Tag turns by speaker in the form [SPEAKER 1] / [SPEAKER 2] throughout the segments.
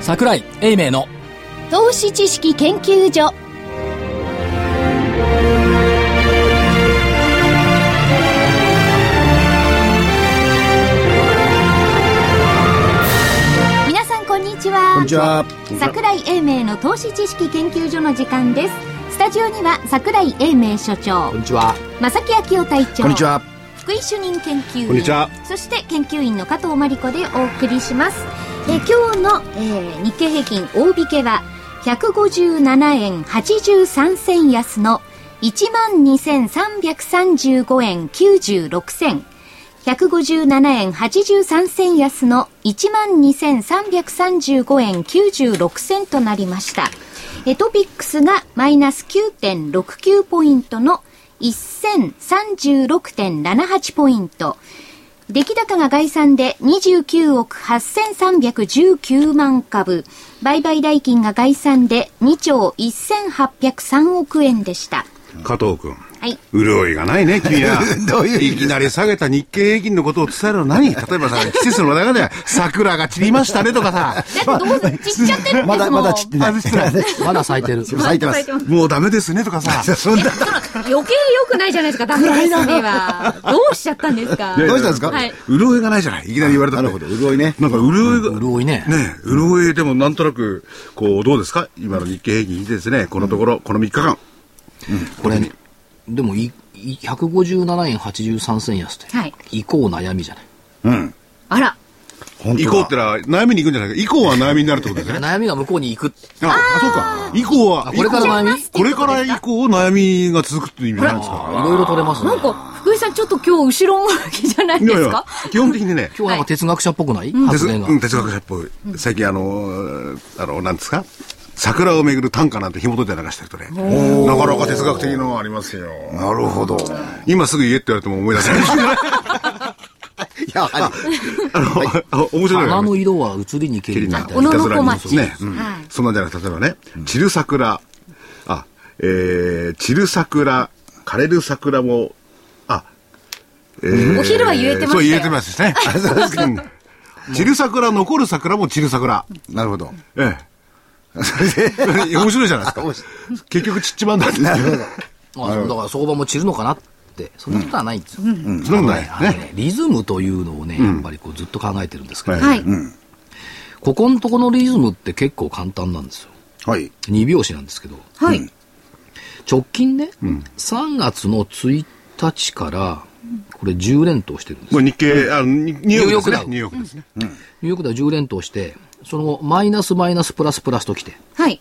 [SPEAKER 1] 桜井英明 の
[SPEAKER 2] 投資知識研究所皆さんこんにちは
[SPEAKER 3] こんにちは。
[SPEAKER 2] 桜井英明の投資知識研究所の時間ですスタジオには桜井英明所長
[SPEAKER 3] にちは。
[SPEAKER 2] 正木昭夫隊長
[SPEAKER 3] こんにちは。
[SPEAKER 2] 福井主任研究員
[SPEAKER 4] こんにちは
[SPEAKER 2] そして研究員の加藤真理子でお送りしますえー今日の、えー日経平均大引けは157円83銭安の12,335円96銭157円83銭安の12,335円96銭となりました。えトピックスがマイナス9.69ポイントの1036.78ポイント。出来高が概算で29億8319万株。売買代金が概算で2兆1803億円でした。
[SPEAKER 4] 加藤君。
[SPEAKER 2] はい。
[SPEAKER 4] 潤いがないね、君は。
[SPEAKER 3] どういう意味
[SPEAKER 4] いきなり下げた日経平均のことを伝えるのは何例えばさ、季節の中で、桜が散りましたねとか さ、
[SPEAKER 2] だってどうせ散っちゃってるんですもん。
[SPEAKER 3] まだまだ散ってない。まだ咲いてる。咲いてま
[SPEAKER 2] 咲いて。
[SPEAKER 3] す
[SPEAKER 2] ます
[SPEAKER 4] もうダメですねとかさ、
[SPEAKER 3] そんな、
[SPEAKER 2] 余計良くないじゃないですか、ダメですねは。どうしちゃったんですか。
[SPEAKER 3] どうしたんですか
[SPEAKER 2] はい。
[SPEAKER 4] 潤いがないじゃない。いきなり言われた
[SPEAKER 3] な
[SPEAKER 4] って
[SPEAKER 3] るほど、潤いね。
[SPEAKER 4] なんか潤いが、
[SPEAKER 1] 潤いね
[SPEAKER 4] ねえ、潤いでもなんとなく、こう、どうですか今の日経平均ですね、このところ、この3日間。
[SPEAKER 1] これでもいい157円83銭安って、
[SPEAKER 2] はい
[SPEAKER 1] 以降悩みじゃない
[SPEAKER 4] うん。
[SPEAKER 2] あら。
[SPEAKER 3] 本
[SPEAKER 4] 以
[SPEAKER 3] 当
[SPEAKER 4] 降っ
[SPEAKER 3] だ
[SPEAKER 4] てのは悩みに行くんじゃないか。以降は悩みになるってことですね。
[SPEAKER 1] 悩みが向こうに行く
[SPEAKER 4] ああ、そうか。以降は
[SPEAKER 1] あ、これから悩み
[SPEAKER 4] これから以降悩みが続くっていう意味なんですか。
[SPEAKER 1] あいろいろ取れますね
[SPEAKER 2] なんか、福井さんちょっと今日後ろ向きじゃない
[SPEAKER 4] い
[SPEAKER 2] で
[SPEAKER 4] やい
[SPEAKER 2] す
[SPEAKER 4] や
[SPEAKER 2] か。、
[SPEAKER 4] 基本的にね、
[SPEAKER 1] 今日なんか哲学者っぽくない、発
[SPEAKER 4] 哲
[SPEAKER 1] 言が、
[SPEAKER 4] うん哲学者っぽい。最近あの、あの、なんですか桜をめぐる短歌なんて紐解いて流してるとね、なかなか哲学的のがありますよ。
[SPEAKER 3] なるほど。
[SPEAKER 4] 今すぐ言えって言われても思い出せない。
[SPEAKER 3] やは
[SPEAKER 4] あの、あ面白い
[SPEAKER 1] 花
[SPEAKER 4] よ
[SPEAKER 1] の
[SPEAKER 4] ね。
[SPEAKER 1] 色は移りにけりみたい
[SPEAKER 2] お
[SPEAKER 1] な
[SPEAKER 2] ののこ町
[SPEAKER 4] ね、うん
[SPEAKER 2] はい
[SPEAKER 4] そんなんじゃなくて、例えばね、散る桜、あ、えー、散る桜、枯れる桜も、あ、えー
[SPEAKER 2] お昼は言えてましたよ
[SPEAKER 4] そう言えてます しね。うん散る桜、残る桜も散る桜。
[SPEAKER 3] り。なるほど。
[SPEAKER 4] ええ。いや面白いじゃないですか。結局ちっちまんだって。なるほど。
[SPEAKER 1] あそうだから相場も散るのかなってそんなことはないんですよ、
[SPEAKER 4] うん、そんなこと
[SPEAKER 1] あ
[SPEAKER 4] な
[SPEAKER 1] の
[SPEAKER 4] い。ね。
[SPEAKER 1] ねリズムというのをね、やっぱりこうずっと考えてるんですけど、
[SPEAKER 2] はい。
[SPEAKER 1] ここのとこのリズムって結構簡単なんですよ。
[SPEAKER 3] はい。
[SPEAKER 1] 2拍子なんですけど、
[SPEAKER 2] はい。
[SPEAKER 1] 直近ね、3月の1日から、これ10連投してるんです
[SPEAKER 4] こ。れ日経、あの、ニューヨークですね。
[SPEAKER 1] ニ
[SPEAKER 4] ニューヨークですね。
[SPEAKER 1] ニューヨークでは10連投して、その後、マイナスマイナスプラスプラスと来て、
[SPEAKER 2] はい。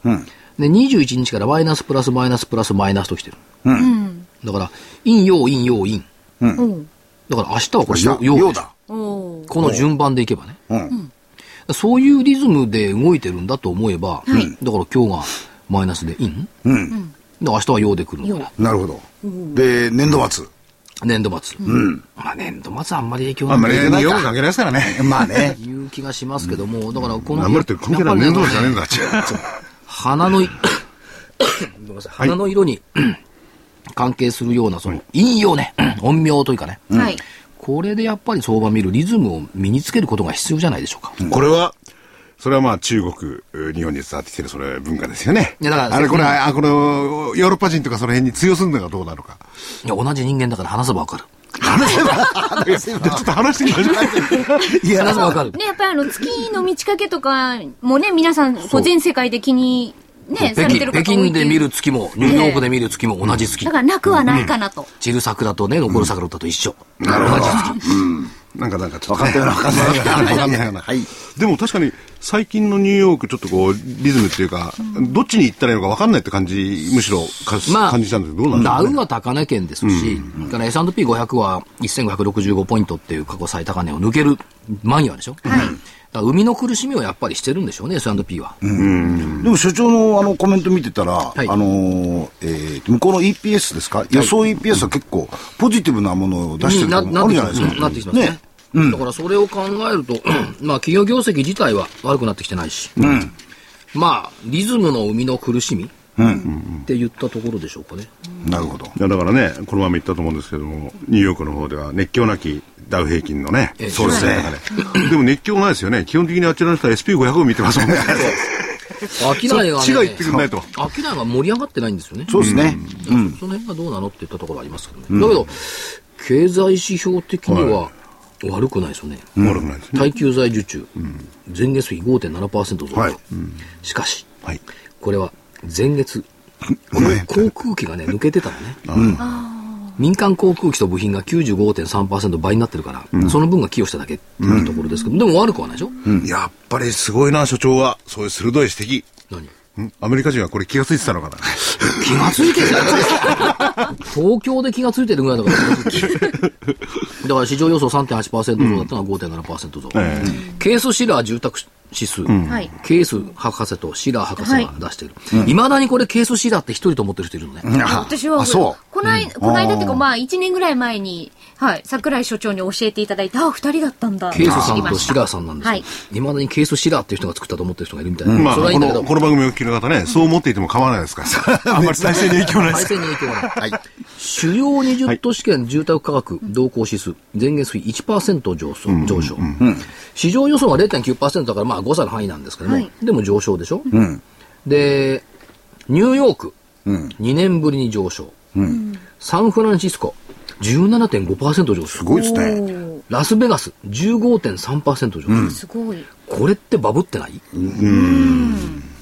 [SPEAKER 1] で、21日からマイナスプラスマイナスプラスマイナスと来てる。
[SPEAKER 2] うん。
[SPEAKER 1] だから、陰陽陰陽陰。
[SPEAKER 2] うん。
[SPEAKER 1] だから明日はこれ
[SPEAKER 3] よ
[SPEAKER 1] 陽陽
[SPEAKER 3] う
[SPEAKER 1] です
[SPEAKER 3] だ。
[SPEAKER 2] おー
[SPEAKER 1] この順番でいけばね。
[SPEAKER 3] うん。
[SPEAKER 1] そういうリズムで動いてるんだと思えば、
[SPEAKER 2] はい
[SPEAKER 1] だから今日がマイナスで陰で
[SPEAKER 3] うん。
[SPEAKER 1] 明日は陽で来るのかな。
[SPEAKER 3] なるほど。で、年度末。
[SPEAKER 1] 年度末。まあ年度末はあんまり影響
[SPEAKER 4] あんまりニュ
[SPEAKER 1] な
[SPEAKER 4] ー
[SPEAKER 1] い
[SPEAKER 4] ヨーク
[SPEAKER 1] か
[SPEAKER 4] 関係ないですからね。
[SPEAKER 3] まあね。
[SPEAKER 1] いう気がしますけども、だからこの、
[SPEAKER 4] あんまりって関係な
[SPEAKER 1] や
[SPEAKER 4] い。面
[SPEAKER 1] っぱ
[SPEAKER 4] 倒
[SPEAKER 1] り
[SPEAKER 4] じゃねえんだ。
[SPEAKER 1] 花のい、 ごめんなさい花の色に 関係するような、その、陰陽ね、 陰陽というかね、
[SPEAKER 2] はい。
[SPEAKER 1] これでやっぱり相場見るリズムを身につけることが必要じゃないでしょうか。
[SPEAKER 4] これは、それはまあ中国、えー日本に伝わってきてるそれ文化ですよね。
[SPEAKER 1] いやだから
[SPEAKER 4] あれこれ、あこの、ヨーロッパ人とかその辺に通用するのがどうなのか。
[SPEAKER 1] いや、同じ人間だから話せばわかる。
[SPEAKER 4] でちょっと話してみましょう。
[SPEAKER 3] いや
[SPEAKER 1] 話せばわかる。
[SPEAKER 2] ね、やっぱりあの、月の満ち欠けとかもね、皆さん、こう全世界で気に、ね、さ
[SPEAKER 1] 北京
[SPEAKER 2] れてる
[SPEAKER 1] 北
[SPEAKER 2] 方多
[SPEAKER 1] 京
[SPEAKER 2] いっていう
[SPEAKER 1] で見る月も、ニューヨークで見る月も同じ月
[SPEAKER 2] だ。からなくはないかなと。
[SPEAKER 1] 散る桜とね、残る桜と一緒。
[SPEAKER 4] なんかなんかちょっと
[SPEAKER 3] 分かっ
[SPEAKER 4] ね
[SPEAKER 3] たような、分かった
[SPEAKER 4] わ
[SPEAKER 3] ような。分
[SPEAKER 4] か
[SPEAKER 3] か
[SPEAKER 4] ん
[SPEAKER 3] ん
[SPEAKER 4] ない
[SPEAKER 3] な
[SPEAKER 4] わか
[SPEAKER 3] いよ
[SPEAKER 4] ん
[SPEAKER 3] う
[SPEAKER 4] な
[SPEAKER 3] な。
[SPEAKER 4] い
[SPEAKER 3] はい。
[SPEAKER 4] でも確かに最近のニューヨークちょっとこうリズムっていうか、どっちに行ったらいいのか分かんないって感じむしろか
[SPEAKER 1] まあ、
[SPEAKER 4] 感じたんですけどどうなん
[SPEAKER 1] ダ
[SPEAKER 4] でしょう
[SPEAKER 1] ウは高値圏ですし、だから S&P500 は1565ポイントっていう過去最高値を抜ける間際でしょ。だから海の苦しみをやっぱりしてるんでしょうね、S&P は。
[SPEAKER 3] でも所長のあのコメント見てたら、
[SPEAKER 1] い
[SPEAKER 3] あのー、えー、向こうの EPS ですか、予想 EPS は結構ポジティブなものを出してる
[SPEAKER 1] な
[SPEAKER 3] とこもあるじゃないですか。
[SPEAKER 1] なってきてますね。だからそれを考えると、 まあ企業業績自体は悪くなってきてないし、まあリズムの生みの苦しみって言ったところでしょうかね。
[SPEAKER 3] なるほど。
[SPEAKER 4] いやだからね、このまま言ったと思うんですけども、ニューヨークの方では熱狂なき
[SPEAKER 5] ダウ平均のね。
[SPEAKER 1] ええ
[SPEAKER 3] そうですね
[SPEAKER 5] 中でも熱狂がないですよね。基本的にあちらの人は SP500 を見てますも んね。
[SPEAKER 1] 商いがね、
[SPEAKER 5] そっちが言ってくんないと。
[SPEAKER 1] 商いが盛り上がってないんですよね。
[SPEAKER 3] そうですね。
[SPEAKER 1] うん、その辺がどうなのって言ったところありますけどね。だけど、経済指標的には悪くないですよね。
[SPEAKER 5] 悪くないですね。
[SPEAKER 1] 耐久財受注、前月比5.7%増加、
[SPEAKER 3] はい
[SPEAKER 1] しかし、
[SPEAKER 5] はい。
[SPEAKER 1] これは前月、
[SPEAKER 3] ごめん。
[SPEAKER 1] 航空機がね、抜けてたの ね。民間航空機と部品が95.3%倍になってるから、その分が寄与しただけっていうところですけど、でも悪くはないでしょ、
[SPEAKER 5] やっぱりすごいな、所長は。そういう鋭い指摘。
[SPEAKER 1] 何
[SPEAKER 5] んアメリカ人はこれ気がついてたのかな。
[SPEAKER 1] 気がついてる東京で気がついてるぐらいだから気がついてるだから市場予想3.8%増だったのが5.7%増、
[SPEAKER 5] え
[SPEAKER 1] ケースシラー住宅指数、
[SPEAKER 2] はい
[SPEAKER 1] ケース博士とシラー博士が出しているいま、未だにこれケースシラーって一人と思ってる人いるのね、
[SPEAKER 2] 私は
[SPEAKER 3] あ、そう。
[SPEAKER 2] この間、この間っていうか、まあ、1年ぐらい前に、はい、桜井所長に教えていただいて、あ、二人だったんだ。
[SPEAKER 1] ケースさ
[SPEAKER 2] 知り
[SPEAKER 1] ん
[SPEAKER 2] ま
[SPEAKER 1] と
[SPEAKER 2] した
[SPEAKER 1] シラーさんなんですよ
[SPEAKER 2] はい
[SPEAKER 1] いま、未だにケースシラーっていう人が作ったと思ってる人がいるみたいな、
[SPEAKER 5] まあ、
[SPEAKER 1] それはい
[SPEAKER 5] こ
[SPEAKER 1] いんだけど
[SPEAKER 5] の、この番組を聞いの方ね、そう思っていても構わないですから。 あんまり体制に影響ないで
[SPEAKER 1] 体
[SPEAKER 5] すか
[SPEAKER 1] 制に影響がない。主要20都市圏住宅価格動向指数、前月比1%上昇。上昇市場予想は0.9%だから、まあ誤差の範囲なんですけども、
[SPEAKER 2] はい
[SPEAKER 1] でも上昇でしょ、で、ニューヨーク、2年ぶりに上昇。サンフランシスコ、17.5%上
[SPEAKER 3] す
[SPEAKER 1] 昇。
[SPEAKER 3] ごいですね。
[SPEAKER 2] おー
[SPEAKER 1] ラスベガス、15.3%上昇、
[SPEAKER 2] すごい。
[SPEAKER 1] これってバブってない、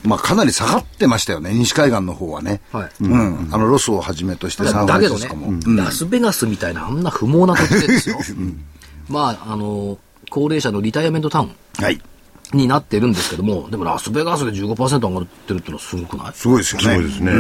[SPEAKER 3] まあかなり下がってましたよね、西海岸の方はね。
[SPEAKER 1] はい
[SPEAKER 3] うん。あの、ロスをはじめとしてサンフ
[SPEAKER 1] だ
[SPEAKER 3] ラン
[SPEAKER 1] け
[SPEAKER 3] シ
[SPEAKER 1] ど
[SPEAKER 3] ス
[SPEAKER 1] ね
[SPEAKER 3] コも。、
[SPEAKER 1] ラスベガスみたいなあんな不毛な土地でです よ、まああの高齢者のリタイアメントタウン
[SPEAKER 3] はい。
[SPEAKER 1] になってるんですけどもでもラスベガスで15%上がってるっていうのはすごくない
[SPEAKER 3] すごいですよね。
[SPEAKER 5] そうですね。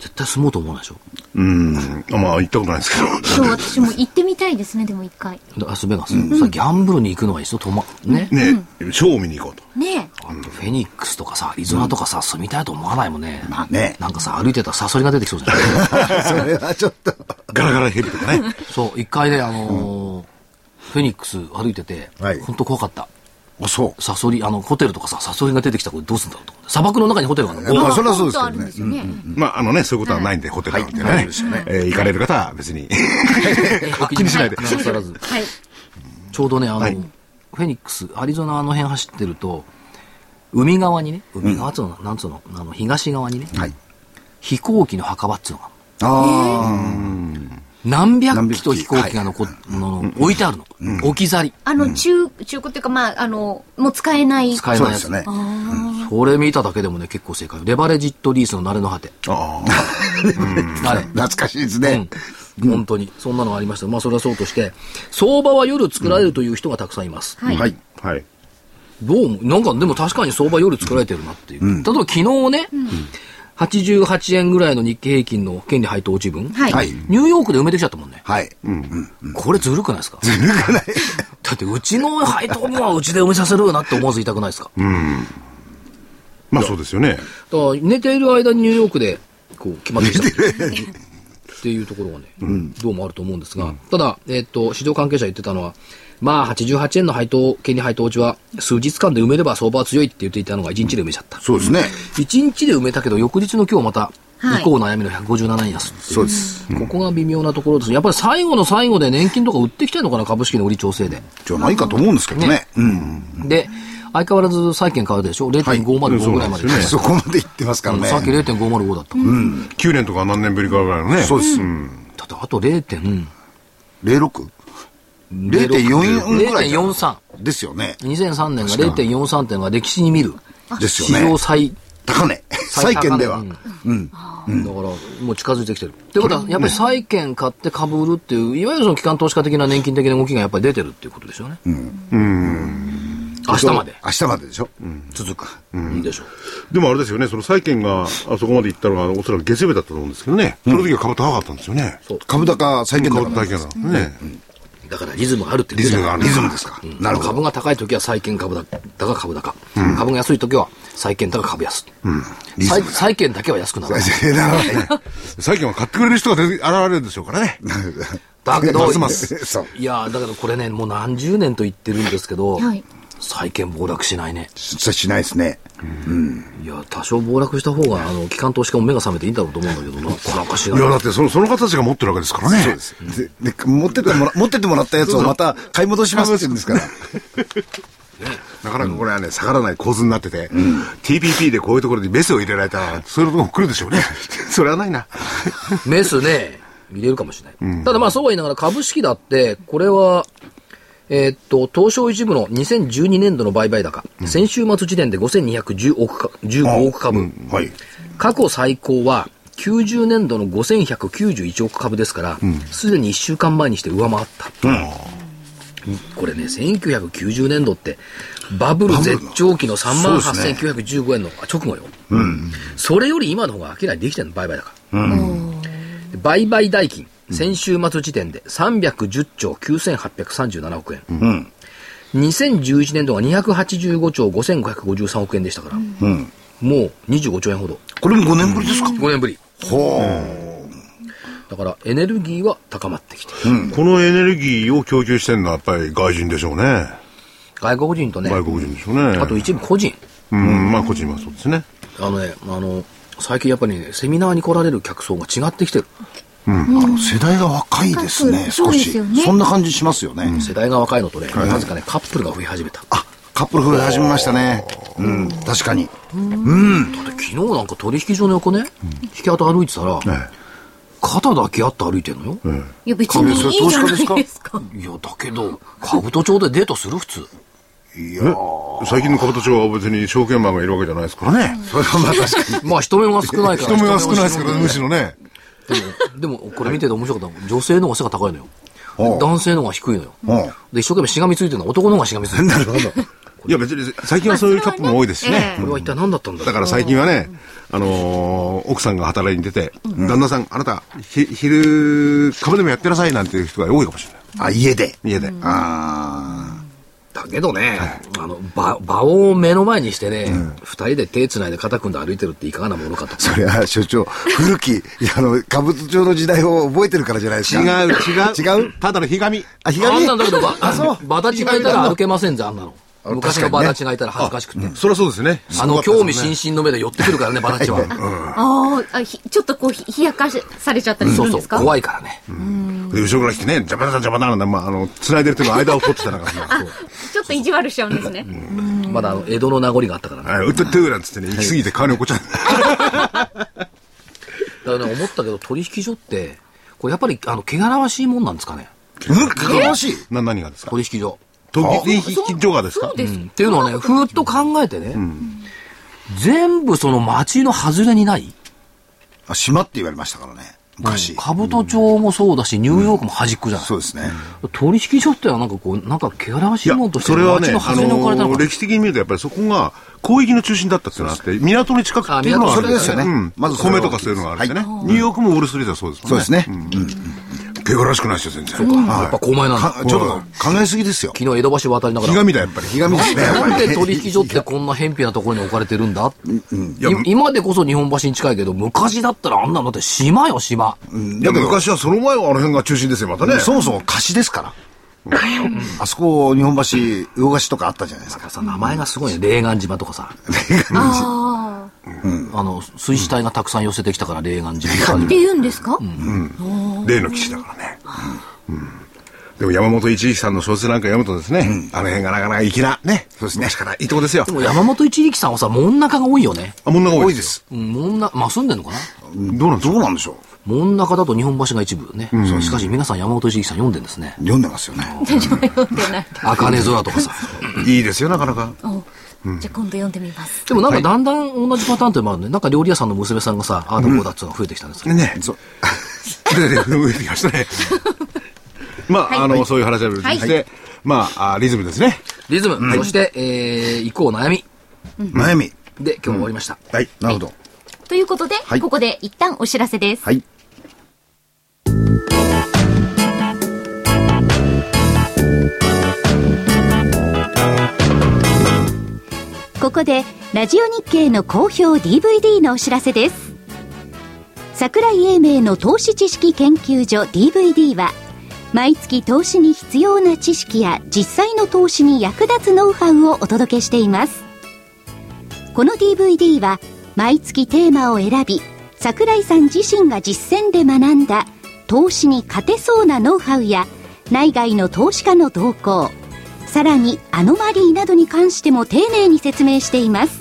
[SPEAKER 1] 絶対住もうと思わないでしょ
[SPEAKER 5] うん。まあ、行ったことないですけど。
[SPEAKER 2] そう、私も行ってみたいですね、でも一回。
[SPEAKER 1] ラスベガス、さギャンブルに行くのはいっそとまね、
[SPEAKER 5] ね、ショーを見に行こうと。
[SPEAKER 2] ねえ。
[SPEAKER 1] あとフェニックスとかさアリゾナとかさ、住みたいと思わないもんね、
[SPEAKER 3] まあね。
[SPEAKER 1] なんかさ歩いてたらサソリが出てきそうじゃ ない
[SPEAKER 3] それはちょっと。
[SPEAKER 5] ガラガラヘリとかね。
[SPEAKER 1] そう一回ねあのーフェニックス歩いてて、
[SPEAKER 3] はい
[SPEAKER 1] 本当怖かった
[SPEAKER 3] あ、そう。
[SPEAKER 1] サソリあのホテルとかさサソリが出てきたらこれどうすんだろうと思って砂漠の中にホテルがあるの
[SPEAKER 3] まあそれはそうですけどね
[SPEAKER 2] あるんですよね。
[SPEAKER 5] まあ、あのね、そういうことはないんで、ホテルなんてね。えー行かれる方は別に。気にしないで。
[SPEAKER 1] なおさらず。
[SPEAKER 2] はい。
[SPEAKER 1] ちょうどね、あの、
[SPEAKER 5] はい
[SPEAKER 1] フェニックス、アリゾナの辺走ってると、海側にね、海側っつうの、なんつうの、あの、東側にね、
[SPEAKER 3] はい。
[SPEAKER 1] 飛行機の墓場っつうのが、
[SPEAKER 3] あ
[SPEAKER 1] 何百機と
[SPEAKER 3] 何百機
[SPEAKER 1] 飛行機が残っ、の置いてあるの。置き去り。
[SPEAKER 2] あの、中、中古っていうか、まあ、あの、もう使えない。
[SPEAKER 1] 使
[SPEAKER 3] あ。
[SPEAKER 1] え
[SPEAKER 3] そう
[SPEAKER 1] ない
[SPEAKER 3] で
[SPEAKER 1] や
[SPEAKER 3] す
[SPEAKER 1] つ。
[SPEAKER 3] よね。
[SPEAKER 1] それ見ただけでもね、結構正解。レバレジットリースの慣れの果て。
[SPEAKER 5] ああ。
[SPEAKER 1] あれ。
[SPEAKER 3] 懐かしいですね。
[SPEAKER 1] うん、本当に。そんなのがありました。まあ、それはそうとして、相場は夜作られるという人がたくさんいます。
[SPEAKER 2] はい。
[SPEAKER 3] はい。
[SPEAKER 5] はい。
[SPEAKER 1] どうも、なんかでも確かに相場夜作られてるなっていう。例えば昨日ね、88円ぐらいの日経平均の権利配当落ち分、
[SPEAKER 2] はい。
[SPEAKER 3] はい。
[SPEAKER 1] ニューヨークで埋めてきちゃったもんね。
[SPEAKER 3] はい。
[SPEAKER 1] これずるくないですかずるくない。 だってうちの配当分はうちで埋めさせるよなって思わず痛くないですか。だか
[SPEAKER 5] まあ、そうですよね。
[SPEAKER 1] ら寝ている間にニューヨークでこう決まってき た。っていうところがね、どうもあると思うんですが、ただ、えっと、市場関係者言ってたのは、まあ、88円の配当、権利配当落ちは、数日間で埋めれば相場は強いって言っていたのが1日で埋めちゃった。
[SPEAKER 3] そうですね。
[SPEAKER 1] 1日で埋めたけど翌日の今日また
[SPEAKER 2] はい
[SPEAKER 1] 以降悩みの157円安っていう
[SPEAKER 3] そうです。
[SPEAKER 1] ここが微妙なところですやっぱり最後の最後で年金とか売ってきてるのかな株式の売り調整で、
[SPEAKER 3] じゃないかと思うんですけどね。うん。
[SPEAKER 1] で相変わらず債券買うでしょ0.505ぐらいまで,、
[SPEAKER 5] はい
[SPEAKER 3] そこまで行ってますからね。
[SPEAKER 1] さっき0.505だったから、
[SPEAKER 5] 9年とか何年ぶりかぐらいのね。
[SPEAKER 3] そうです。
[SPEAKER 1] だってあと0.0
[SPEAKER 3] 06? 0.44ぐらいじゃん
[SPEAKER 1] 0.43
[SPEAKER 3] ですよね。
[SPEAKER 1] 2003年が0.43っていうのが歴史に見る
[SPEAKER 3] ですよね
[SPEAKER 1] 史上最
[SPEAKER 3] 高値。債券では。
[SPEAKER 1] うんだからもう近づいてきてる。ってことはやっぱり債券買って株売るっていういわゆるその機関投資家的な年金的な動きがやっぱり出てるっていうことですよね。明日まで
[SPEAKER 3] 明日まででしょ。
[SPEAKER 1] 続く、でしょう。
[SPEAKER 5] でもあれですよね、その債券があそこまで行ったのが、おそらく月曜日だったと思うんですけどね。その時は株高かったんですよね。
[SPEAKER 3] 株高、債券
[SPEAKER 5] 株
[SPEAKER 3] 高
[SPEAKER 5] 高。だけどね。
[SPEAKER 1] だからリズムがあるって
[SPEAKER 3] リズムがあ
[SPEAKER 1] あ
[SPEAKER 3] る。リズムですか。なるほど。
[SPEAKER 1] 株が高い時は債券株高株高、株が安い時は債券高株安、債債券だけは安く なる
[SPEAKER 3] なるほど
[SPEAKER 5] 債券は買ってくれる人が出て現れるでしょうからね。
[SPEAKER 1] だけど
[SPEAKER 5] ますます
[SPEAKER 3] そう
[SPEAKER 1] いやーだけどこれねもう何十年と言ってるんですけど、
[SPEAKER 2] はい
[SPEAKER 1] 債券暴落しないね。
[SPEAKER 3] ししないですね。
[SPEAKER 1] いや、多少暴落した方が、あの、機関投資家も目が覚めていいんだろうと思うんだけど、 なかなかしないい。
[SPEAKER 4] や、だってその、その方たちが持ってるわけですからね。そうです。
[SPEAKER 3] でで持ってっ てもら、持ってってもらったやつをまた買い戻しますって言うんですから。
[SPEAKER 4] なかなかこれはね、下がらない構図になってて、TPP でこういうところにメスを入れられたら、そういうところ来るでしょう ね。それはないな。
[SPEAKER 1] メスね、入れるかもしれない。ただまあ、そうは言いながら株式だって、これは、えーっと、東証一部の2012年度の売買高、先週末時点で5210億か15億株、
[SPEAKER 4] はい。
[SPEAKER 1] 過去最高は90年度の5191億株ですから、すでに1週間前にして上回った。これね、1990年度って、バブル絶頂期の38,915円のあ直後よ、それより今の方が明らかにできてるの、売買高。で売買代金、先週末時点で310兆9837億円。2011年度が285兆5553億円でしたから、もう25兆円ほど。
[SPEAKER 3] これも5年ぶりですか、
[SPEAKER 1] 5年ぶり。だからエネルギーは高まってきてる、
[SPEAKER 4] このエネルギーを供給してるのはやっぱり外人でしょうね。
[SPEAKER 1] 外国人とね、
[SPEAKER 4] 外国人でしょうね。
[SPEAKER 1] あと一部個人、
[SPEAKER 4] うん、まあ、個人はそうですね。
[SPEAKER 1] あのね、あの、最近やっぱりね、セミナーに来られる客層が違ってきてる。
[SPEAKER 3] あの世代が若いですね、
[SPEAKER 2] そ
[SPEAKER 3] 少
[SPEAKER 2] うで
[SPEAKER 3] し。
[SPEAKER 2] すよ
[SPEAKER 3] そ
[SPEAKER 2] ね
[SPEAKER 3] んな感じしますよね。
[SPEAKER 1] 世代が若いのとね、なぜかね、カップルが増え始めた。だ
[SPEAKER 3] あ、カップル増え始めましたね。うん、確かに。
[SPEAKER 1] って昨日なんか取引所の横ね、引き跡歩いてたら、
[SPEAKER 4] え
[SPEAKER 1] 肩だけあって歩いてんのよ。
[SPEAKER 2] いや、別にいいじゃないですか。
[SPEAKER 1] いや、だけど、株と町でデートする普通。
[SPEAKER 4] え最近の株立ちは別に証券マンがいるわけじゃないですからね。それはまあ確かに。
[SPEAKER 1] まあ人目が少ないから。
[SPEAKER 4] 人目は少ないですからね、むしろね。
[SPEAKER 1] でも、でもこれ見てて面白かったの女性の方が背が高いのよ。で男性の方が低いのよ。
[SPEAKER 3] うん。
[SPEAKER 1] で、一生懸命しがみついてるのは男の方がしがみついてる。こ
[SPEAKER 4] いや別に最近はそういうカップも多いですしね。
[SPEAKER 1] れは一体何だったんだろ
[SPEAKER 4] だ
[SPEAKER 1] う。
[SPEAKER 4] から最近はね、あのー奥さんが働いに出て、旦那さん、あなた、ひ昼、株でもやってなさいなんていう人が多いかもしれない。
[SPEAKER 3] あ、家で。
[SPEAKER 4] 家で。あ
[SPEAKER 3] あ
[SPEAKER 1] だけどね、あの、場、場を目の前にしてね、二人で手繋いで肩組んで歩いてる っていかがなものかと
[SPEAKER 3] ー。それは所長、古き、いやあの、歌舞伎町の時代を覚えてるからじゃないです
[SPEAKER 4] 違
[SPEAKER 3] か。
[SPEAKER 4] う、違う。
[SPEAKER 3] 違う
[SPEAKER 4] ただのひがみ。
[SPEAKER 3] あ、日
[SPEAKER 1] あんなんだ
[SPEAKER 3] が
[SPEAKER 1] けど、ば、
[SPEAKER 3] そう
[SPEAKER 1] バタ違えたら歩けませんぜ、あんなの。昔のバタ違えたら恥ずかしくて。
[SPEAKER 4] そりゃそうですね。
[SPEAKER 1] あの、興味津々の目で寄ってくるからね、バタチは。
[SPEAKER 2] あーあ、ひちょっとこう、ひ冷やかしされちゃったりす
[SPEAKER 1] そ
[SPEAKER 2] る
[SPEAKER 1] うんそ
[SPEAKER 2] で
[SPEAKER 1] う、
[SPEAKER 2] すか
[SPEAKER 1] 怖いからね。
[SPEAKER 4] で後ろから来てね、邪魔だ邪魔だなんて、まあ、あの、繋いでる手の間を取ってたなんかさ、
[SPEAKER 2] ちょっと意地悪しちゃうんですね。
[SPEAKER 1] まだ、あの江戸の名残があったからね。
[SPEAKER 4] あのうっとってうなんつってね、行き過ぎて顔に落っこっちゃ
[SPEAKER 1] だからね、思ったけど、取引所って、これやっぱり、あの、汚らわしいもんなんですかね。
[SPEAKER 3] うん、かわしい。
[SPEAKER 4] う。な、何がですか
[SPEAKER 1] 取引所。
[SPEAKER 4] 時々緊張がですか
[SPEAKER 2] そうです。
[SPEAKER 1] っていうのはね、ふーっと考えてね、全部その町の外れにない
[SPEAKER 3] あ島って言われましたからね、昔。
[SPEAKER 1] 兜町もそうだし、ニューヨークも端っこじゃない。
[SPEAKER 3] そうですね。
[SPEAKER 1] 取引所ってのはなんかこう、なんか汚らわし
[SPEAKER 4] い
[SPEAKER 1] い
[SPEAKER 4] や
[SPEAKER 1] もんと、して
[SPEAKER 4] それは
[SPEAKER 1] 町
[SPEAKER 4] ね、
[SPEAKER 1] の
[SPEAKER 4] あ
[SPEAKER 1] 外れに置かれたの
[SPEAKER 4] の
[SPEAKER 1] かな
[SPEAKER 4] 歴史的に見ると、やっぱりそこが広域の中心だったっていうのがあって、港に近くっていうのは
[SPEAKER 1] あ
[SPEAKER 4] あ
[SPEAKER 1] 港
[SPEAKER 4] るん
[SPEAKER 3] それですよね。
[SPEAKER 4] うん、ま
[SPEAKER 3] ま
[SPEAKER 4] ず
[SPEAKER 3] ずそれ
[SPEAKER 4] 米
[SPEAKER 3] は
[SPEAKER 4] とかそういうのがあるんでね、
[SPEAKER 3] はい
[SPEAKER 4] ニューヨークもウォールストリートはそうですもんね。
[SPEAKER 3] そうですね。
[SPEAKER 4] 汚らしくないですよ、全然。そうか。
[SPEAKER 1] やっぱ高前なんだ。
[SPEAKER 3] かちょっと考えすぎですよ。
[SPEAKER 1] 昨日江戸橋渡りなが
[SPEAKER 4] ひ
[SPEAKER 1] ら
[SPEAKER 4] が。みだ、やっぱり。
[SPEAKER 3] 日がみですね、やっぱ
[SPEAKER 1] なん
[SPEAKER 3] り
[SPEAKER 1] で
[SPEAKER 3] ね。
[SPEAKER 1] 取引所ってこんな偏僻なところに置かれてるんだ
[SPEAKER 4] いや
[SPEAKER 1] い今でこそ日本橋に近いけど、昔だったらあんなのだって島よ、島。
[SPEAKER 4] だけど昔はその前はあの辺が中心ですよ、またね。
[SPEAKER 3] そもそも貸しですから。あそこ、日本橋、魚菓子とかあったじゃないですか。
[SPEAKER 1] さ、名前がすごいね。霊岸島とかさ。
[SPEAKER 2] ああ。
[SPEAKER 1] あの、水死体がたくさん寄せてきたから霊岸島
[SPEAKER 2] って言うんですか
[SPEAKER 4] 例の騎士だからね。うんでも山本一力さんの小説なんか読むとですね、あの辺がなかなか粋な、ね。そうですね。しかないいとこですよ
[SPEAKER 1] で。も山本一力さんはさ、門中が多いよね。
[SPEAKER 4] あ、もんな
[SPEAKER 3] 多
[SPEAKER 4] 多
[SPEAKER 3] い
[SPEAKER 4] い
[SPEAKER 3] で
[SPEAKER 4] です
[SPEAKER 3] す。
[SPEAKER 1] うん、門中、まあ、住んでんのかな
[SPEAKER 4] よ。どうなんです
[SPEAKER 3] ど
[SPEAKER 4] か
[SPEAKER 3] うなんでしょう
[SPEAKER 1] 門中だと日本橋が一部ね。そうしかし皆さん山本一力さん読んでんですね。
[SPEAKER 3] 読んでますよね。
[SPEAKER 1] 茜空とかさ。
[SPEAKER 4] いいですよ、なかなか。
[SPEAKER 2] じゃあ今度読んでみます。
[SPEAKER 1] でもなんかだんだん同じパターンっていうのもあるね。なんか料理屋さんの娘さんがさ、ああだこうだっつうのが増えてきたんですよ。
[SPEAKER 4] ね。そう。で、で、増えてきましたね。まあ、あの、そういう話は別にして、まああ、リズムですね。
[SPEAKER 1] リズム、そして、えー、以降悩み。
[SPEAKER 3] 悩み。
[SPEAKER 1] で、今日は終わりました。
[SPEAKER 3] はい。なるほど。
[SPEAKER 2] ということで、
[SPEAKER 3] い
[SPEAKER 2] ここで一旦お知らせです。
[SPEAKER 3] はい。
[SPEAKER 2] ここでラジオ日経の好評 DVD のお知らせです桜井英明の投資知識研究所 DVD は毎月投資に必要な知識や実際の投資に役立つノウハウをお届けしていますこの DVD は毎月テーマを選び桜井さん自身が実践で学んだ投資に勝てそうなノウハウや内外の投資家の動向さらにアノマリーなどに関しても丁寧に説明しています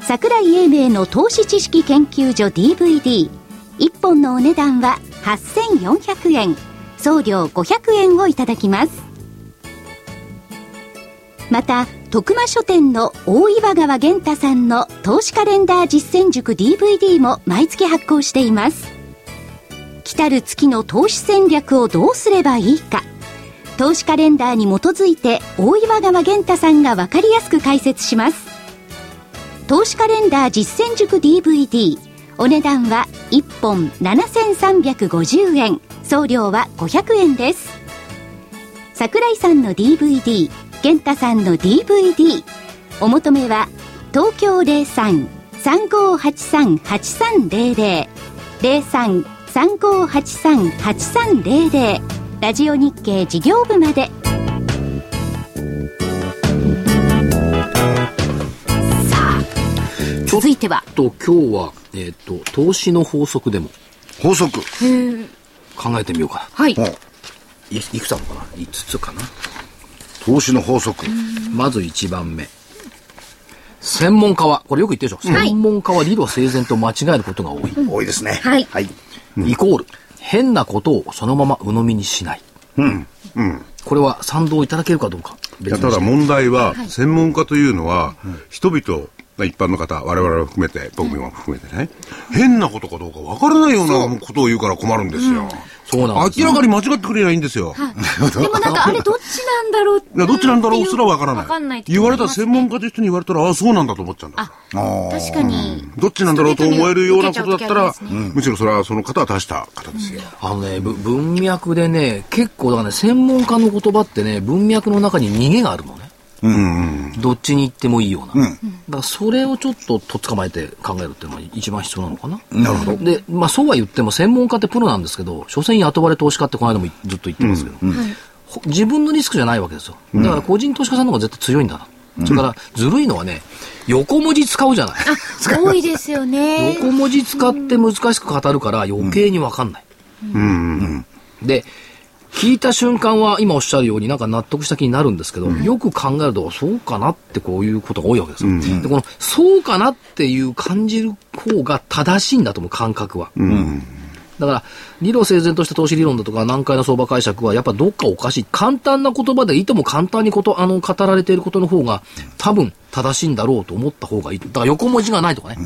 [SPEAKER 2] 桜井英明の投資知識研究所 DVD1 本のお値段は8400円送料500円をいただきますまた徳間書店の大岩川源太さんの投資カレンダー実践塾 DVD も毎月発行しています来たる月の投資戦略をどうすればいいか投資カレンダーに基づいて大岩川源太さんが分かりやすく解説します投資カレンダー実践塾 DVD お値段は1本7350円送料は500円です桜井さんの DVD 健太さんの DVD お求めは東京03-3583-8300 03-3583-8300ラジオ日経事業部までさあ続いては
[SPEAKER 1] と今日は、えっ、と、投資の法則でも
[SPEAKER 3] 法則。
[SPEAKER 1] 考えてみようかな。
[SPEAKER 2] はい
[SPEAKER 3] うん
[SPEAKER 1] いいくつあるのかな ?5 つかな。
[SPEAKER 3] 投資の法則。
[SPEAKER 1] まず1番目。専門家は、これよく言ってるでしょ、
[SPEAKER 2] はい
[SPEAKER 1] 専門家は理路整然と間違えることが多い。
[SPEAKER 3] 多いですね。
[SPEAKER 2] はい
[SPEAKER 3] はい。
[SPEAKER 1] イコール、変なことをそのまま鵜呑みにしない。これは賛同いただけるかどうか。
[SPEAKER 4] いやただ問題は、専門家というのは、人々、まあ一般の方、我々を含めて、僕も含めてね、変なことかどうか分からないようなことを言うから困るんですよ。
[SPEAKER 1] そうなんです
[SPEAKER 4] 明らかに間違ってくれりゃいいんですよ。
[SPEAKER 6] でもなんかあれどっちなんだろう
[SPEAKER 4] いやどっちなんだろうすら分から
[SPEAKER 6] わかんな
[SPEAKER 4] ないい。言われた専門
[SPEAKER 6] 家
[SPEAKER 4] 家という人に言われたら、ああ、そうなんだと思っちゃうんだ。
[SPEAKER 6] 確かに
[SPEAKER 4] どっちなんだろうと思えるようなことだったら
[SPEAKER 6] ス、トレー
[SPEAKER 4] う
[SPEAKER 6] トに受けちゃう時ありますね
[SPEAKER 4] んむしろそれはその方は大した方ですよ。
[SPEAKER 1] あのね、ぶ文脈でね、結構だからね、専門家の言葉ってね、文脈の中に逃げがあるのね。どっちに行ってもいいような。だからそれをちょっととっ捕まえて考えるっていうのが一番必要なのかな。なるほど。で、まあそうは言っても専門家ってプロなんですけど、所詮雇われ投資家ってこの間もずっと言ってますけど、ほ自分のリスクじゃないわけですよ。だから個人投資家さんの方が絶対強いんだな。それから、ずるいのはね、横文字使うじゃない。
[SPEAKER 6] 多いですよね
[SPEAKER 1] 横文字使って難しく語るから余計に分かんない。で聞いた瞬間は今おっしゃるようになんか納得した気になるんですけど、よく考えるとそうかなってこういうことが多いわけですよ。でこのそうかなっていう感じる方が正しいんだと思う感覚は。だから理路整然とした投資理論だとか難解な相場解釈はやっぱどっかおかしい簡単な言葉でいとも簡単にことあの語られていることの方が多分正しいんだろうと思った方がいいだから横文字がないとかね、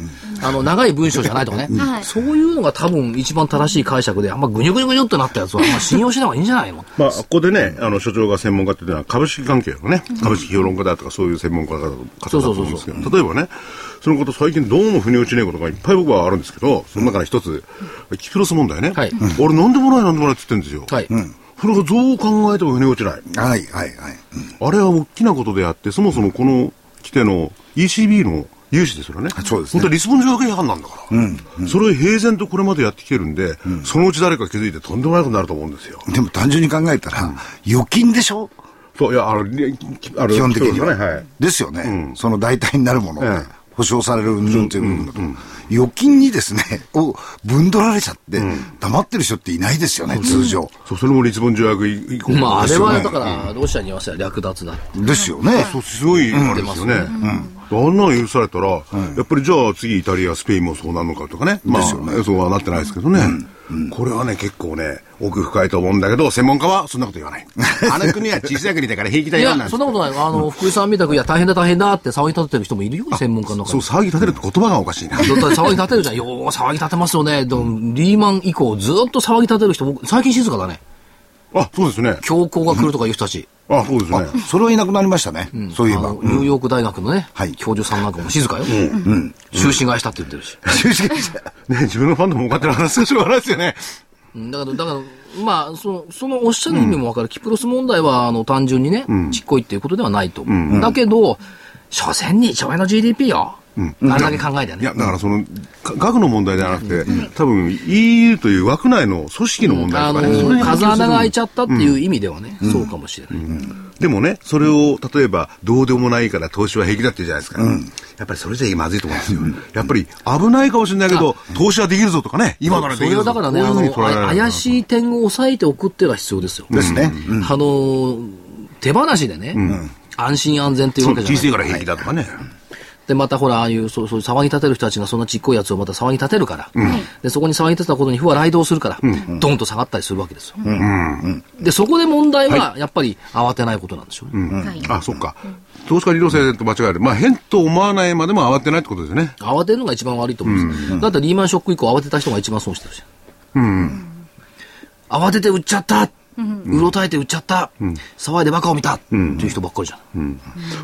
[SPEAKER 1] あの長い文章じゃないとかね、
[SPEAKER 6] はい
[SPEAKER 1] そういうのが多分一番正しい解釈であんまぐにょぐにょぐにょってなったやつはあんま信用しない方がいいんじゃないの
[SPEAKER 4] まあ、ここでね、あの、所長が専門家っていうのは、株式関係のね、株式評論家だとか、そういう専門家だとか、
[SPEAKER 1] そう
[SPEAKER 4] 方
[SPEAKER 1] そう
[SPEAKER 4] だと
[SPEAKER 1] そうそ
[SPEAKER 4] 思
[SPEAKER 1] う
[SPEAKER 4] うんですけど、例えばね、そのこと最近どうも腑に落ちないことがいっぱい僕はあるんですけど、その中の一つ、キキプロス問題ね。
[SPEAKER 1] はい
[SPEAKER 4] 俺、なんでもない、なんでもないって言ってるんですよ。
[SPEAKER 1] はい、
[SPEAKER 4] それがどう考えても腑に落ちない。
[SPEAKER 3] はい、はい、はい。
[SPEAKER 4] あれは大きなことであって、そもそもこの規定の ECB の融資ですよね。
[SPEAKER 3] そうです
[SPEAKER 4] 本
[SPEAKER 3] ね
[SPEAKER 4] 当はリスボン条約違反なんだから。それを平然とこれまでやってきてるんで、そのうち誰か気づいてとんでもないことになると思うんですよ。
[SPEAKER 3] でも単純に考えたら、預金でしょ
[SPEAKER 4] そう、いや、あの、ねきあの
[SPEAKER 3] 基本的に
[SPEAKER 4] そうで
[SPEAKER 3] は。
[SPEAKER 4] すかね、はい。
[SPEAKER 3] ですよね、その代替になるもの、
[SPEAKER 4] ええ
[SPEAKER 3] 保証される云々という部分だと、預金にですね、 をぶんどられちゃって、黙ってる人っていないですよね、通常。
[SPEAKER 4] そう、それもリスボン条約以降。
[SPEAKER 1] まああれ
[SPEAKER 3] です
[SPEAKER 1] は
[SPEAKER 3] よね
[SPEAKER 1] だからロシアに合わせた略奪だ
[SPEAKER 3] ですよね。
[SPEAKER 4] そう、すごい、あれですよね。あんなの許されたら、やっぱりじゃあ次イタリア、スペインもそうなるのかとかね。まあ、そうはなってないですけどね。これはね、結構ね、奥深いと思うんだけど、専門家はそんなこと言わない。 あの国は小さい国だから平気だ
[SPEAKER 1] い
[SPEAKER 4] よ、
[SPEAKER 1] や
[SPEAKER 4] なんて
[SPEAKER 1] そんなことないあの福井さんみたくいや大変だ大変だって騒ぎ立ててる人もいるよ専門家の中
[SPEAKER 4] そ
[SPEAKER 1] に
[SPEAKER 4] う、騒ぎ立てるって言葉がおかしいな。
[SPEAKER 1] だって騒ぎ立てるじゃん。よう騒ぎ立てますよね。でもリーマン以降ずっと騒ぎ立てる人、僕、最近静かだね。
[SPEAKER 4] あ、そうですね。
[SPEAKER 1] 教皇が来るとかいう人たち。
[SPEAKER 4] あ、そうですね。
[SPEAKER 3] それはいなくなりましたね、そういえ
[SPEAKER 1] あ
[SPEAKER 3] ば。
[SPEAKER 1] のニューヨーク大学のね、
[SPEAKER 3] はい
[SPEAKER 1] 教授さんなんかも静かよ。終身返したって言ってるし。
[SPEAKER 4] ね、自分のファンドも儲かってる話はしょうがないですよね。
[SPEAKER 1] うんだから、だから、まあ、その、そのおっしゃる意味もわかる。キプロス問題は、あの、単純にね、ちっこいっていうことではないと。だけど、所詮に1兆円の GDP よ。あれだけ考えたね
[SPEAKER 4] いや、。だからその、か額の問題じゃなくて、多分 EU という枠内の組織の問題
[SPEAKER 1] あ
[SPEAKER 4] と
[SPEAKER 1] の
[SPEAKER 4] かね、それに
[SPEAKER 1] 風穴が開いちゃったっていう意味ではね、そうかもしれない。
[SPEAKER 4] でもね、それを、例えば、どうでもないから投資は平気だって言うじゃないですか。やっぱりそれじゃまずいと思うんですよ。やっぱり危ないかもしれないけど、投資はできるぞとかね、今なら
[SPEAKER 1] そ
[SPEAKER 4] でき
[SPEAKER 1] れ
[SPEAKER 4] る
[SPEAKER 1] は
[SPEAKER 4] ぞ
[SPEAKER 1] だ
[SPEAKER 4] と
[SPEAKER 1] からね、
[SPEAKER 4] か、
[SPEAKER 1] あ
[SPEAKER 4] こういう
[SPEAKER 1] の、
[SPEAKER 4] ふうに捉えられる
[SPEAKER 1] あ怪しい点を抑えておくっていうのは必要ですよ。
[SPEAKER 3] ですね。
[SPEAKER 1] あの、手放しでね、安心安全っていう
[SPEAKER 4] そ
[SPEAKER 1] わ
[SPEAKER 4] う
[SPEAKER 1] けじゃない
[SPEAKER 4] 小さいから平気だとかね。
[SPEAKER 1] で、またほら、ああいう、そう、そういう騒ぎ立てる人たちがそんなちっこいやつをまた騒ぎ立てるから、で、そこに騒ぎ立てたことに不和雷動するから、ドンと下がったりするわけですよ。で、そこで問題は、やっぱり慌てないことなんでしょうね。
[SPEAKER 6] はい
[SPEAKER 4] あ、そっか。投資家理論先生と間違える。まあ、変と思わないまでも慌てないってことですよね。
[SPEAKER 1] 慌てるのが一番悪いと思うんですよ。だってリーマンショック以降慌てた人が一番損してるじゃん。慌てて売っちゃったうろたえて売っちゃった騒いでバカを見たっていう人ばっかりじゃん。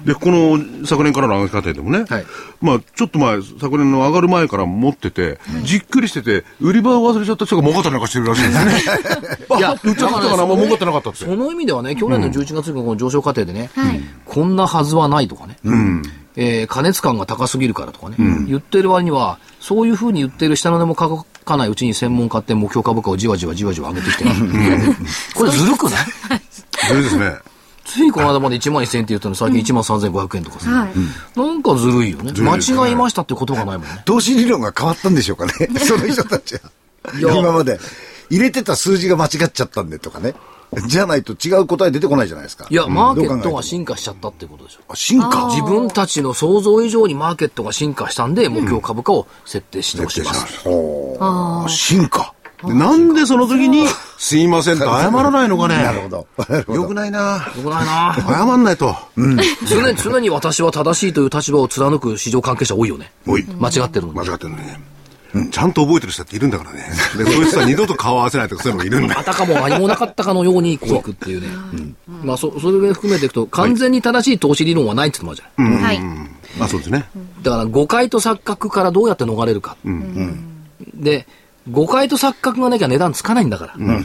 [SPEAKER 4] で、この昨年からの上げ方でもね、
[SPEAKER 1] はい
[SPEAKER 4] まあ、ちょっと前、昨年の上がる前から持ってて、じっくりしてて、売り場を忘れちゃった人が儲かったりなんかしてるらしいですね。
[SPEAKER 1] いや
[SPEAKER 4] あ、売っちゃったからあんま儲かってなかったって
[SPEAKER 1] そ。の意味ではね、去年の11月以降の上昇過程でね、こんなはずはないとかね、えー加熱感が高すぎるからとかね、言ってる割には、そういうふうに言ってる下の根も書かないうちに専門家って目標株価をじわじわじわじわ上げてきてる。これずるくない
[SPEAKER 4] それですね。
[SPEAKER 1] ついこの間まで1万1000円って言ったのに最近1万3500円とかさ、なんかずるいよね。間違いましたって言葉がないもんね。
[SPEAKER 3] 投資理論が変わったんでし ょうかね。その人たちは。今まで。入れてた数字が間違っちゃったんでとかね。じゃないと違う答え出てこないじゃないですか。
[SPEAKER 1] いや、マーケッ
[SPEAKER 3] ど
[SPEAKER 1] ト
[SPEAKER 3] う考
[SPEAKER 1] が
[SPEAKER 3] えても
[SPEAKER 1] 進化しちゃったってことでしょ。
[SPEAKER 3] あ進化
[SPEAKER 1] 自分たちの想像以上にマーケットが進化したんで、目標株価を設定してほしいます。
[SPEAKER 3] ほー進化。
[SPEAKER 4] でなんでその時に、すいませんと謝らないのかね。
[SPEAKER 3] なるほど。
[SPEAKER 4] よくないな。
[SPEAKER 1] よくないな
[SPEAKER 4] 謝んないと。
[SPEAKER 1] 常に、常に私は正しいという立場を貫く市場関係者多いよね。
[SPEAKER 4] おい、
[SPEAKER 1] 間違ってるのに。
[SPEAKER 4] 間違ってるのね。ちゃんと覚えてる人っているんだからね。で、そういう人は二度と顔合わせないとかそういうのもいるんだ
[SPEAKER 1] あ。たかも何もなかったかのようにこういくっていうね。うんまあ、そ、それで含めていくと、完全に正しい投資理論はないって言ってもあるじゃない。
[SPEAKER 6] はい
[SPEAKER 4] あ、そうですね。
[SPEAKER 1] だから、誤解と錯覚からどうやって逃れるか。で、誤解と錯覚がなきゃ値段つかないんだから。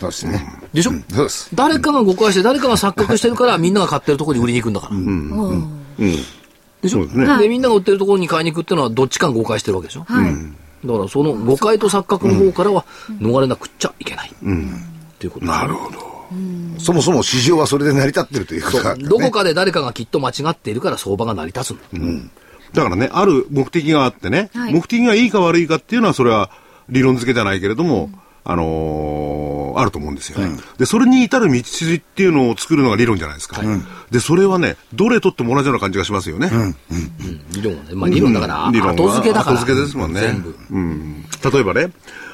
[SPEAKER 3] そうですね。
[SPEAKER 1] でしょ、
[SPEAKER 3] そうです。
[SPEAKER 1] 誰かが誤解して、誰かが錯覚してるから、みんなが買ってるところに売りに行くんだから。でしょで,、みんなが売ってるところに買いに行くっていうのは、どっちかが誤解してるわけでしょ、だから、その誤解と錯覚の方からは、逃れなくっちゃいけない。っていうことです
[SPEAKER 4] なるほど。
[SPEAKER 3] そもそも市場はそれで成り立ってるということだからね
[SPEAKER 1] どこかで誰かがきっと間違っているから相場が成り立つんだ。
[SPEAKER 4] だからね、ある目的があってね、目的がいいか悪いかっていうのは、それは理論付けじゃないけれども、あのーあると思うんですよ、で、それに至る道筋っていうのを作るのが理論じゃないですか。で、それはね、どれ取っても同じような感じがしますよね。
[SPEAKER 1] 理論はね。まあ理論だから、
[SPEAKER 4] 理論は
[SPEAKER 1] 後付けだから。
[SPEAKER 4] 後付けですもんね。
[SPEAKER 1] 全部。
[SPEAKER 4] うん。例えばね、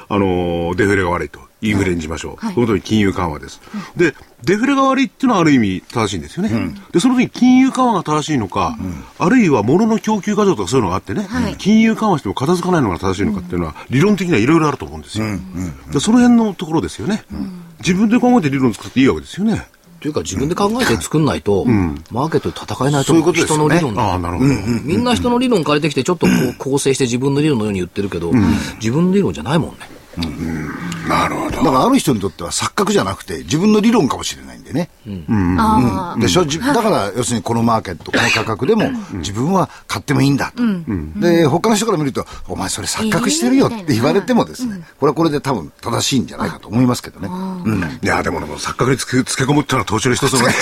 [SPEAKER 4] あのーデフレが悪いと。インフレにしましょう。その時に金融緩和です。で、デフレが悪いっていうのはある意味正しいんですよね。で、その時に金融緩和が正しいのか、あるいは物の供給過剰とかそういうのがあってね、金融緩和しても片付かないのが正しいのかっていうのは、理論的にはいろいろあると思うんですよ。でその辺のところですよね。自分で考えて理論作っていいわけですよね。
[SPEAKER 1] というか自分で考えて作んないと、マーケットで戦えないと
[SPEAKER 3] そういう
[SPEAKER 1] 思う
[SPEAKER 3] ことです
[SPEAKER 1] 人の
[SPEAKER 3] よね
[SPEAKER 1] 理論だ
[SPEAKER 4] ああ、なるほど。
[SPEAKER 1] みんな人の理論借りてきて、ちょっとこう構成して自分の理論のように言ってるけど、自分の理論じゃないもんね。
[SPEAKER 4] なるほど。
[SPEAKER 3] だからある人にとっては錯覚じゃなくて自分の理論かもしれないんでね。
[SPEAKER 6] あ
[SPEAKER 3] でしょ、じだから要するにこのマーケット、この価格でも自分は買ってもいいんだと。で、他の人から見ると、お前それ錯覚してるよって言われてもですね、これはこれで多分正しいんじゃないかと思いますけどね。うん
[SPEAKER 4] いや、でもね、もう錯覚につけつけ込むってのは投資の一つ のね。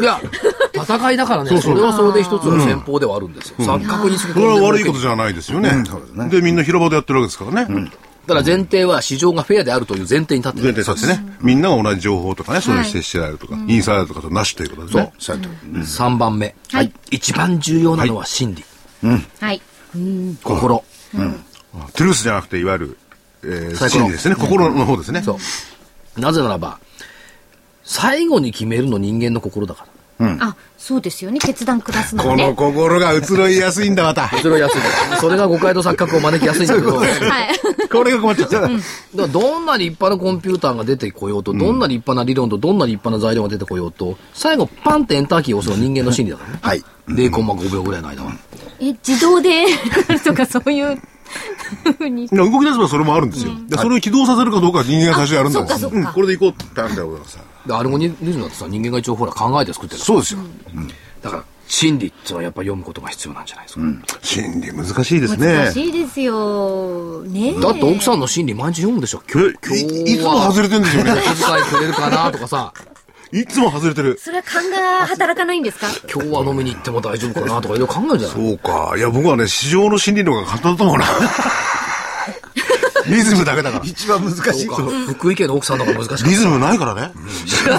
[SPEAKER 1] いや、 戦いだからね、それはそれで一つの戦法ではあるんですよ。錯覚につけ込んで
[SPEAKER 4] これ
[SPEAKER 1] る
[SPEAKER 4] は悪いことじゃないですよね。
[SPEAKER 3] そうですね
[SPEAKER 4] で、みんな広場でやってるわけですからね。
[SPEAKER 1] だから前提は市場がフェアであるという前提に立って
[SPEAKER 4] 前
[SPEAKER 1] る。
[SPEAKER 4] 提としてね、みんなが同じ情報とかね、そういうのを指定してあるとか、インサイダーとかとなしということですね。
[SPEAKER 3] そうやって
[SPEAKER 1] 3番目。
[SPEAKER 6] はい
[SPEAKER 1] 一番重要なのは心理。
[SPEAKER 6] あはい
[SPEAKER 1] 心。
[SPEAKER 4] トゥルースじゃなくて、いわゆる、えー、
[SPEAKER 1] サイコロ
[SPEAKER 4] 心理ですね。心の方ですね。そう。
[SPEAKER 1] なぜならば、最後に決めるの人間の心だから。
[SPEAKER 6] あそうですよね決断下すの
[SPEAKER 4] この
[SPEAKER 6] ね
[SPEAKER 4] 心が移ろいやすいんだ、また。
[SPEAKER 1] それが安いんだ。それが誤解と錯覚を招きやすいんだけど、だか
[SPEAKER 6] はい
[SPEAKER 4] これが困っちゃう。
[SPEAKER 1] らどんな立派なコンピューターが出てこようと、どんな立派な理論とどんな立派な材料が出てこようと、最後パンってエンターキーを押すのは人間の心理だからね。
[SPEAKER 3] はい。
[SPEAKER 1] 0コンマ5秒ぐらいの間は。
[SPEAKER 6] え自動で とかそういうふうに
[SPEAKER 4] いや動き出せばそれもあるんですよ。で、それを起動させるかどうかは人間が最初やるんだ
[SPEAKER 6] あそっかそっか
[SPEAKER 4] うんこれでいこうってあるんだよ、小沢さん。
[SPEAKER 1] でアルゴリズムだってさ、人間が一応ほら考えて作ってる。
[SPEAKER 3] そうですよ。
[SPEAKER 1] だから、心理っていうのはやっぱ読むことが必要なんじゃないですか。
[SPEAKER 4] 心理難しいですね
[SPEAKER 6] 難。しいですよ。ねえ
[SPEAKER 1] だって奥さんの心理毎日読むでしょ。今
[SPEAKER 4] え
[SPEAKER 1] 日、今
[SPEAKER 4] いい
[SPEAKER 1] 日
[SPEAKER 4] つも
[SPEAKER 1] は
[SPEAKER 4] 外れてるんですよ ね。
[SPEAKER 1] 小遣いくれるかなとかさ、
[SPEAKER 4] いつも外れてる。
[SPEAKER 6] それは勘が働かないんですか
[SPEAKER 1] 今日は飲みに行っても大丈夫かなとかいろいろ考えるじゃない
[SPEAKER 4] そうか。いや、僕はね、市場の心理の方が簡単だと思うな。リズムだけだから。
[SPEAKER 3] 一番難しい。
[SPEAKER 1] か福井県の奥さんの方が難しい
[SPEAKER 4] リズムないからね。
[SPEAKER 3] 知ら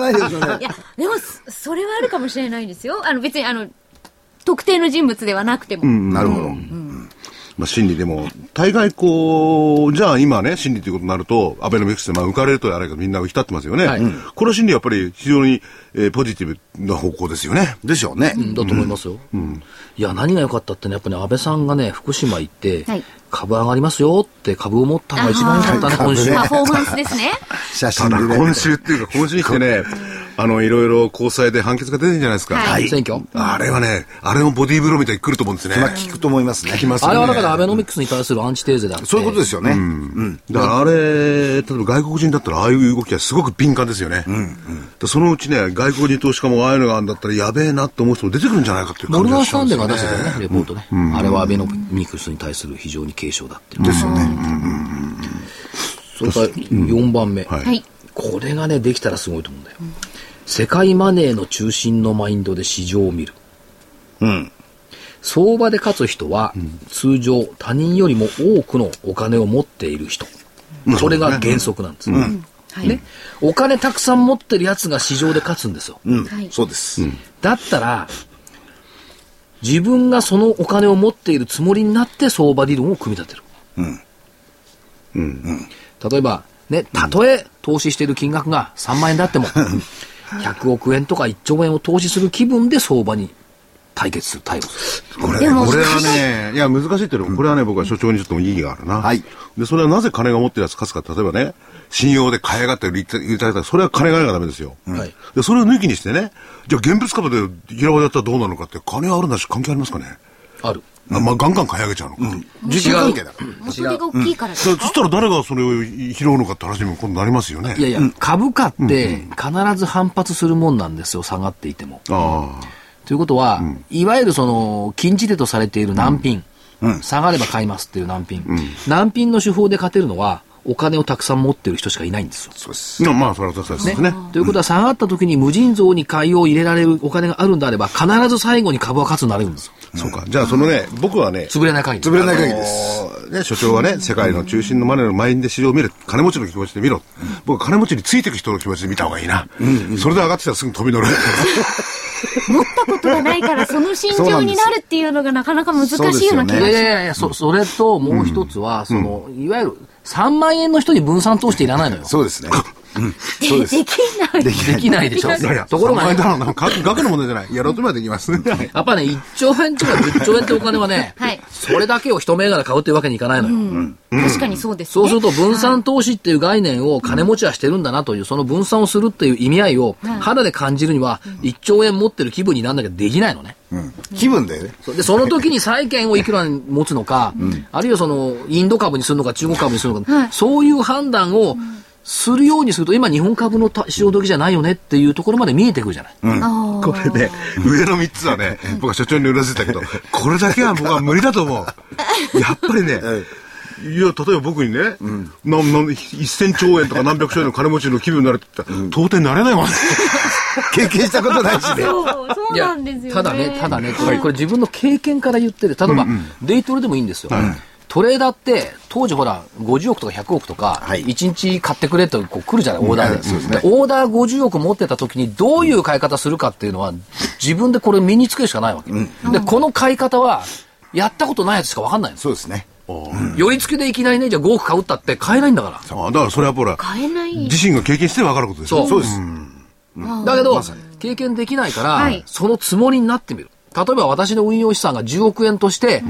[SPEAKER 3] ないですよね。
[SPEAKER 6] いや、でも、そそれはあるかもしれないですよ。あの、別に、あの、特定の人物ではなくても。
[SPEAKER 3] なるほど。
[SPEAKER 4] まあ、心理でも、大概こう、じゃあ今ね、心理ということになると、アベノミクスで、まあ、浮かれるとやられるけど、みんな浮き立ってますよね。
[SPEAKER 1] はい
[SPEAKER 4] うんこの心理はやっぱり非常に、えーポジティブな方向ですよね。
[SPEAKER 3] でしょうね。
[SPEAKER 1] うんだと思いますよ。いや、何が良かったってね、やっぱね、安倍さんがね、福島行って
[SPEAKER 6] はい、
[SPEAKER 1] 株上がりますよって株を持ったのが一番良かったね、
[SPEAKER 3] あー
[SPEAKER 1] 今週。
[SPEAKER 6] パフォーマンスですね。
[SPEAKER 3] 写真
[SPEAKER 4] ただ、
[SPEAKER 3] でね。
[SPEAKER 4] 今週っていうか、今週に来てね、あの、いろいろ交際で判決が出てるんじゃないですか。
[SPEAKER 6] はい
[SPEAKER 1] 選挙
[SPEAKER 4] あれはね、あれもボディーブローみたいに来ると思うんですね。
[SPEAKER 3] まあ聞くと思いますね。
[SPEAKER 4] ます
[SPEAKER 1] あれはだからアベノミクスに対するアンチテーゼだって。
[SPEAKER 3] そういうことですよね。
[SPEAKER 4] だからあれ、例えば外国人だったら、ああいう動きはすごく敏感ですよね。でそのうちね、外国人投資家もああいうのがあるんだったら、やべえなって思う人も出てくるんじゃないかっていう
[SPEAKER 1] モ
[SPEAKER 4] 感
[SPEAKER 1] ル
[SPEAKER 4] じ
[SPEAKER 1] ガ
[SPEAKER 4] が
[SPEAKER 1] ン・
[SPEAKER 4] し
[SPEAKER 1] ス
[SPEAKER 4] ち
[SPEAKER 1] タ
[SPEAKER 4] ゃう
[SPEAKER 1] ン
[SPEAKER 4] んで
[SPEAKER 1] デ
[SPEAKER 4] す
[SPEAKER 1] ー
[SPEAKER 4] よ
[SPEAKER 1] が出し
[SPEAKER 4] ね
[SPEAKER 1] てたね、レポートね。あれはアベノミクスに対する非常に警鐘だっていう。
[SPEAKER 3] ですよね。
[SPEAKER 1] それから4番目。
[SPEAKER 4] はい
[SPEAKER 6] はい。
[SPEAKER 1] これがね、できたらすごいと思うんだよ。世界マネーの中心のマインドで市場を見る。
[SPEAKER 3] うん。
[SPEAKER 1] 相場で勝つ人は、通常他人よりも多くのお金を持っている人。これが原則なんです。
[SPEAKER 6] はい。
[SPEAKER 1] ね、お金たくさん持ってるやつが市場で勝つんですよ。
[SPEAKER 3] うん
[SPEAKER 6] はい。
[SPEAKER 3] そうです。
[SPEAKER 1] だったら、自分がそのお金を持っているつもりになって相場理論を組み立てる。例えば、ね、たとえ投資している金額が3万円だって も、100億円とか1兆円を投資する気分で相場に対決する、対応する。
[SPEAKER 4] これ
[SPEAKER 6] でも
[SPEAKER 4] これはね、いや、難しいっていうのは、これはね、僕は所長にちょっと意義があるな。
[SPEAKER 3] はい
[SPEAKER 4] で、それはなぜ金が持ってるやつ勝つか、例えばね、信用で買い上がって売り売りたいから、それは金がないからダメですよ。
[SPEAKER 1] はい
[SPEAKER 4] で、それを抜きにしてね、じゃあ現物株で平場だったらどうなのかって、金はあるなし関係ありますかね。
[SPEAKER 1] ある。
[SPEAKER 4] あまあ、ガンガン買い上げちゃうのか。
[SPEAKER 3] 受給関係だから。
[SPEAKER 6] 元手が大きいからです
[SPEAKER 4] そ
[SPEAKER 6] か
[SPEAKER 4] そしたら誰がそれを拾うのかって話にも今度なりますよね。
[SPEAKER 1] いやいや、株価って必ず反発するもんなんですよ、下がっていても。
[SPEAKER 4] あ
[SPEAKER 1] ということは、いわゆるその禁じ手とされている難品、下がれば買いますっていう難品、難品の手法で勝てるのは、お金をたくさん持ってる人しかいないんですよ。
[SPEAKER 3] そうです。
[SPEAKER 4] あ。まあ、それは確かにそうですね。
[SPEAKER 1] ということは、下がった時に無尽蔵に買いを入れられるお金があるんであれば、必ず最後に株は勝つようになれるんですよ。
[SPEAKER 4] そうか。じゃあ、そのね、僕はね、
[SPEAKER 1] 潰れない限り。
[SPEAKER 3] 潰れない限りです。
[SPEAKER 4] あのね、所長はね、世界の中心のマネーのマインで市場を見る。金持ちの気持ちで見ろ。僕は金持ちについてく人の気持ちで見た方がいいな。それで上がってきたらすぐ飛び乗る。
[SPEAKER 6] 持ったことがないから、その心情になるっていうのがなかなか難しいような気
[SPEAKER 1] いや
[SPEAKER 6] が
[SPEAKER 1] い
[SPEAKER 6] し
[SPEAKER 1] やいやいや、そ、それともう一つは、その、いわゆる3万円の人に分散投資っていらないのよ。
[SPEAKER 3] そ うですね。
[SPEAKER 6] て、できない。
[SPEAKER 1] できないでしょ。ところが
[SPEAKER 4] お
[SPEAKER 1] ね
[SPEAKER 4] 前、だろうな、額額の問題じゃない。やろうと思えばできます。
[SPEAKER 1] やっぱね、1兆円とか10兆円ってお 金はね、
[SPEAKER 6] はい
[SPEAKER 1] それだけを一銘柄買うっていうわけにいかないのよ。
[SPEAKER 6] 確かにそうですね。
[SPEAKER 1] そうすると分散投資っていう概念を金持ちはしてるんだなという、その分散をするっていう意味合いを肌で感じるには、1兆円持ってる気分にならなきゃできないのね。
[SPEAKER 3] うん気分だよね。
[SPEAKER 1] そうで、その時に債券をいくらに持つのか、あるいはその、インド株にするのか、中国株にするのか、そういう判断をするようにすると、今日本株のた潮時じゃないよねっていうところまで見えてくるじゃない。
[SPEAKER 4] これね、上の3つはね、僕は所長にうなずいたけど、これだけは僕は無理だと思う。やっぱりね、いや、例えば僕にね、なんなん1000兆円とか何百兆円の金持ちの気分になるって言ったら、到底なれないもんね。
[SPEAKER 3] 経験したことない しね。
[SPEAKER 6] そう、そうなんですよね。
[SPEAKER 1] ただね、ただね、これ、これ自分の経験から言ってる。例えば、デイトレでもいいんですよ。トレーダーって、当時ほら、50億とか100億とか、
[SPEAKER 3] はい
[SPEAKER 1] 1日買ってくれとこう来るじゃない、オーダーで。オーダー50億持ってた時に、どういう買い方するかっていうのは、自分でこれ身につけるしかないわけ。で、この買い方は、やったことないやつしかわかんないの。
[SPEAKER 3] そうですね。
[SPEAKER 1] 寄り付けでいきなりね、じゃあ5億買うったって買えないんだから。
[SPEAKER 4] さあだから それはほら、
[SPEAKER 6] 買えない。
[SPEAKER 4] 自身が経験して分かることですよ。
[SPEAKER 1] そう
[SPEAKER 4] です。
[SPEAKER 1] だけど、経験できないから、
[SPEAKER 6] はい
[SPEAKER 1] そのつもりになってみる。例えば私の運用資産が10億円として、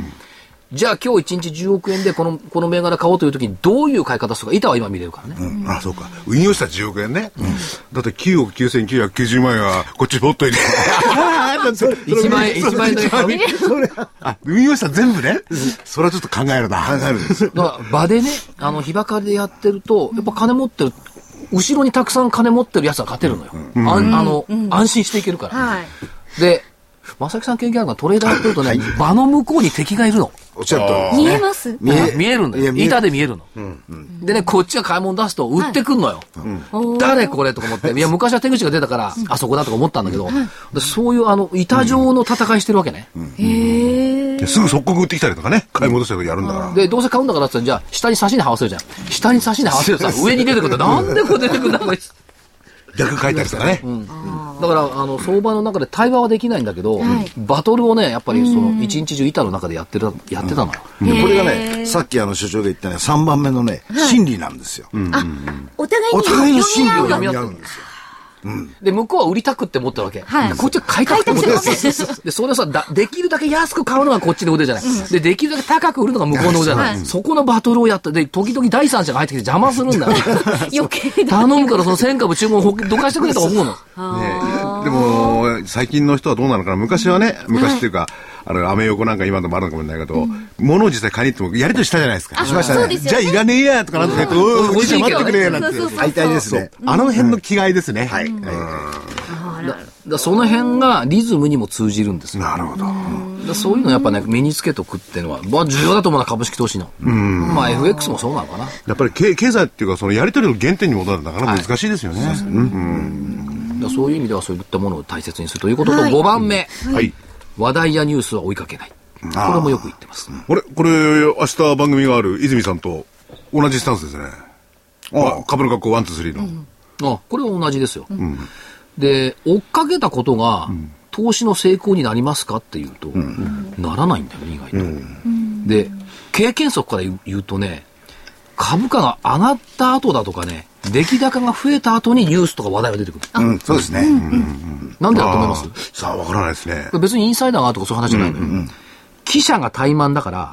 [SPEAKER 1] じゃあ今日1日10億円でこの、この銘柄買おうという時にどういう買い方するか、板は今見れるからね。
[SPEAKER 4] あ、そうか。運用した10億円ね。だって9億9990万円は、こっちポット 入れて。
[SPEAKER 1] 1万円、1万円だけ買う。
[SPEAKER 4] あ、運用した全部ね。それはちょっと考えるな。考える です。
[SPEAKER 1] だから場でね、あの、日ばかりでやってると、やっぱ金持ってる、後ろにたくさん金持ってるやつは勝てるのよ。あんあの、安心していけるから。
[SPEAKER 6] はい。
[SPEAKER 1] で、正木さん経験あるのはトレーダーやってるとね、場の向こうに敵がいるの。
[SPEAKER 3] おっしゃると
[SPEAKER 6] 見えます
[SPEAKER 3] 見え
[SPEAKER 1] 見えるんだ
[SPEAKER 3] いや
[SPEAKER 1] よ。
[SPEAKER 3] 見え
[SPEAKER 1] 板で見えるの。でね、こっちが買い物出すと売ってくんのよ。
[SPEAKER 6] おー
[SPEAKER 1] 誰これとか思って。いや、昔は手口が出たから、あそこだとか思ったんだけど、でそういうあの、板状の戦いしてるわけね。
[SPEAKER 6] へえ
[SPEAKER 4] すぐ即刻売ってきたりとかね、買い戻したりとかやるんだから。
[SPEAKER 1] で、どうせ買うんだからって言ったら、じゃあ、下に刺しにはわせるじゃん。下に刺しにはわせるとさ、 上に出てくると、なんでこう出てくるんだ、こいつ。
[SPEAKER 4] 逆書いたりとかね。
[SPEAKER 1] だから、あの、相場の中で対話はできないんだけど、バトルをね、やっぱりその、一日中板の中でやってる、やってたのよ。
[SPEAKER 3] でこれがね、さっきあの所長が言ったね、3番目のね、心理なんですよ。
[SPEAKER 6] お互い
[SPEAKER 3] お
[SPEAKER 6] に
[SPEAKER 3] 互いの
[SPEAKER 6] 読
[SPEAKER 3] 心
[SPEAKER 6] み
[SPEAKER 3] 理
[SPEAKER 6] 合
[SPEAKER 3] を
[SPEAKER 6] うの
[SPEAKER 3] 読み合うんですよ。
[SPEAKER 1] で、向こうは売りたくって思ったわけ。
[SPEAKER 6] はい
[SPEAKER 1] でこっちは買いたくって思ったわけ。 で、それをさだ、できるだけ安く買うのがこっちの腕じゃない。で、できるだけ高く売るのが向こうの腕じゃない。そこのバトルをやって、で、時々第三者が入ってきて邪魔するん だよ。
[SPEAKER 6] 余計だ
[SPEAKER 1] 頼むからその1000株注文をどかしてくれと思うの。
[SPEAKER 4] ね、でも最近の人はどうなのかな昔はね昔っていうか、あのアメ横なんか今でもあるのかもしれないけど、物を実際買いに行ってもやりとりしたじゃないですか
[SPEAKER 3] しましたね
[SPEAKER 6] そうです
[SPEAKER 4] じゃ
[SPEAKER 6] よ
[SPEAKER 4] あいらねえやとかなんとか言って、おいおじいちゃん待ってくれやなんて
[SPEAKER 6] そうそうそう
[SPEAKER 3] 大体ですね。
[SPEAKER 4] あの辺の気概ですね、はい、
[SPEAKER 1] だその辺がリズムにも通じるんですよ。
[SPEAKER 4] なるほど
[SPEAKER 1] だそういうのやっぱね、身につけとくっていうのは、まあ重要だと思うな、株式投資の。まあ FX もそうなのかな。
[SPEAKER 4] やっぱり経経済っていうかそのやりとりの原点に戻るのはなかなか難しいですよね、うん
[SPEAKER 1] だそういう意味ではそういったものを大切にするということと、5番目、
[SPEAKER 4] はい
[SPEAKER 1] 話題やニュースは追いかけない。これもよく言ってます。
[SPEAKER 4] あれこれ明日番組がある泉さんと同じスタンスですねあ株の格好ワンツースリーの、
[SPEAKER 1] あこれは同じですよ、で追っかけたことが、投資の成功になりますかっていうと、ならないんだよね意外と、で経験則から言う言うとね株価が上がった後だとかね出来高が増えた後にニュースとか話題が出てくる
[SPEAKER 3] うん、そうですね。
[SPEAKER 1] なんでだと思います
[SPEAKER 4] さあわからないですね
[SPEAKER 1] 別にインサイダーがとかそういう話じゃないのよ、記者が怠慢だから、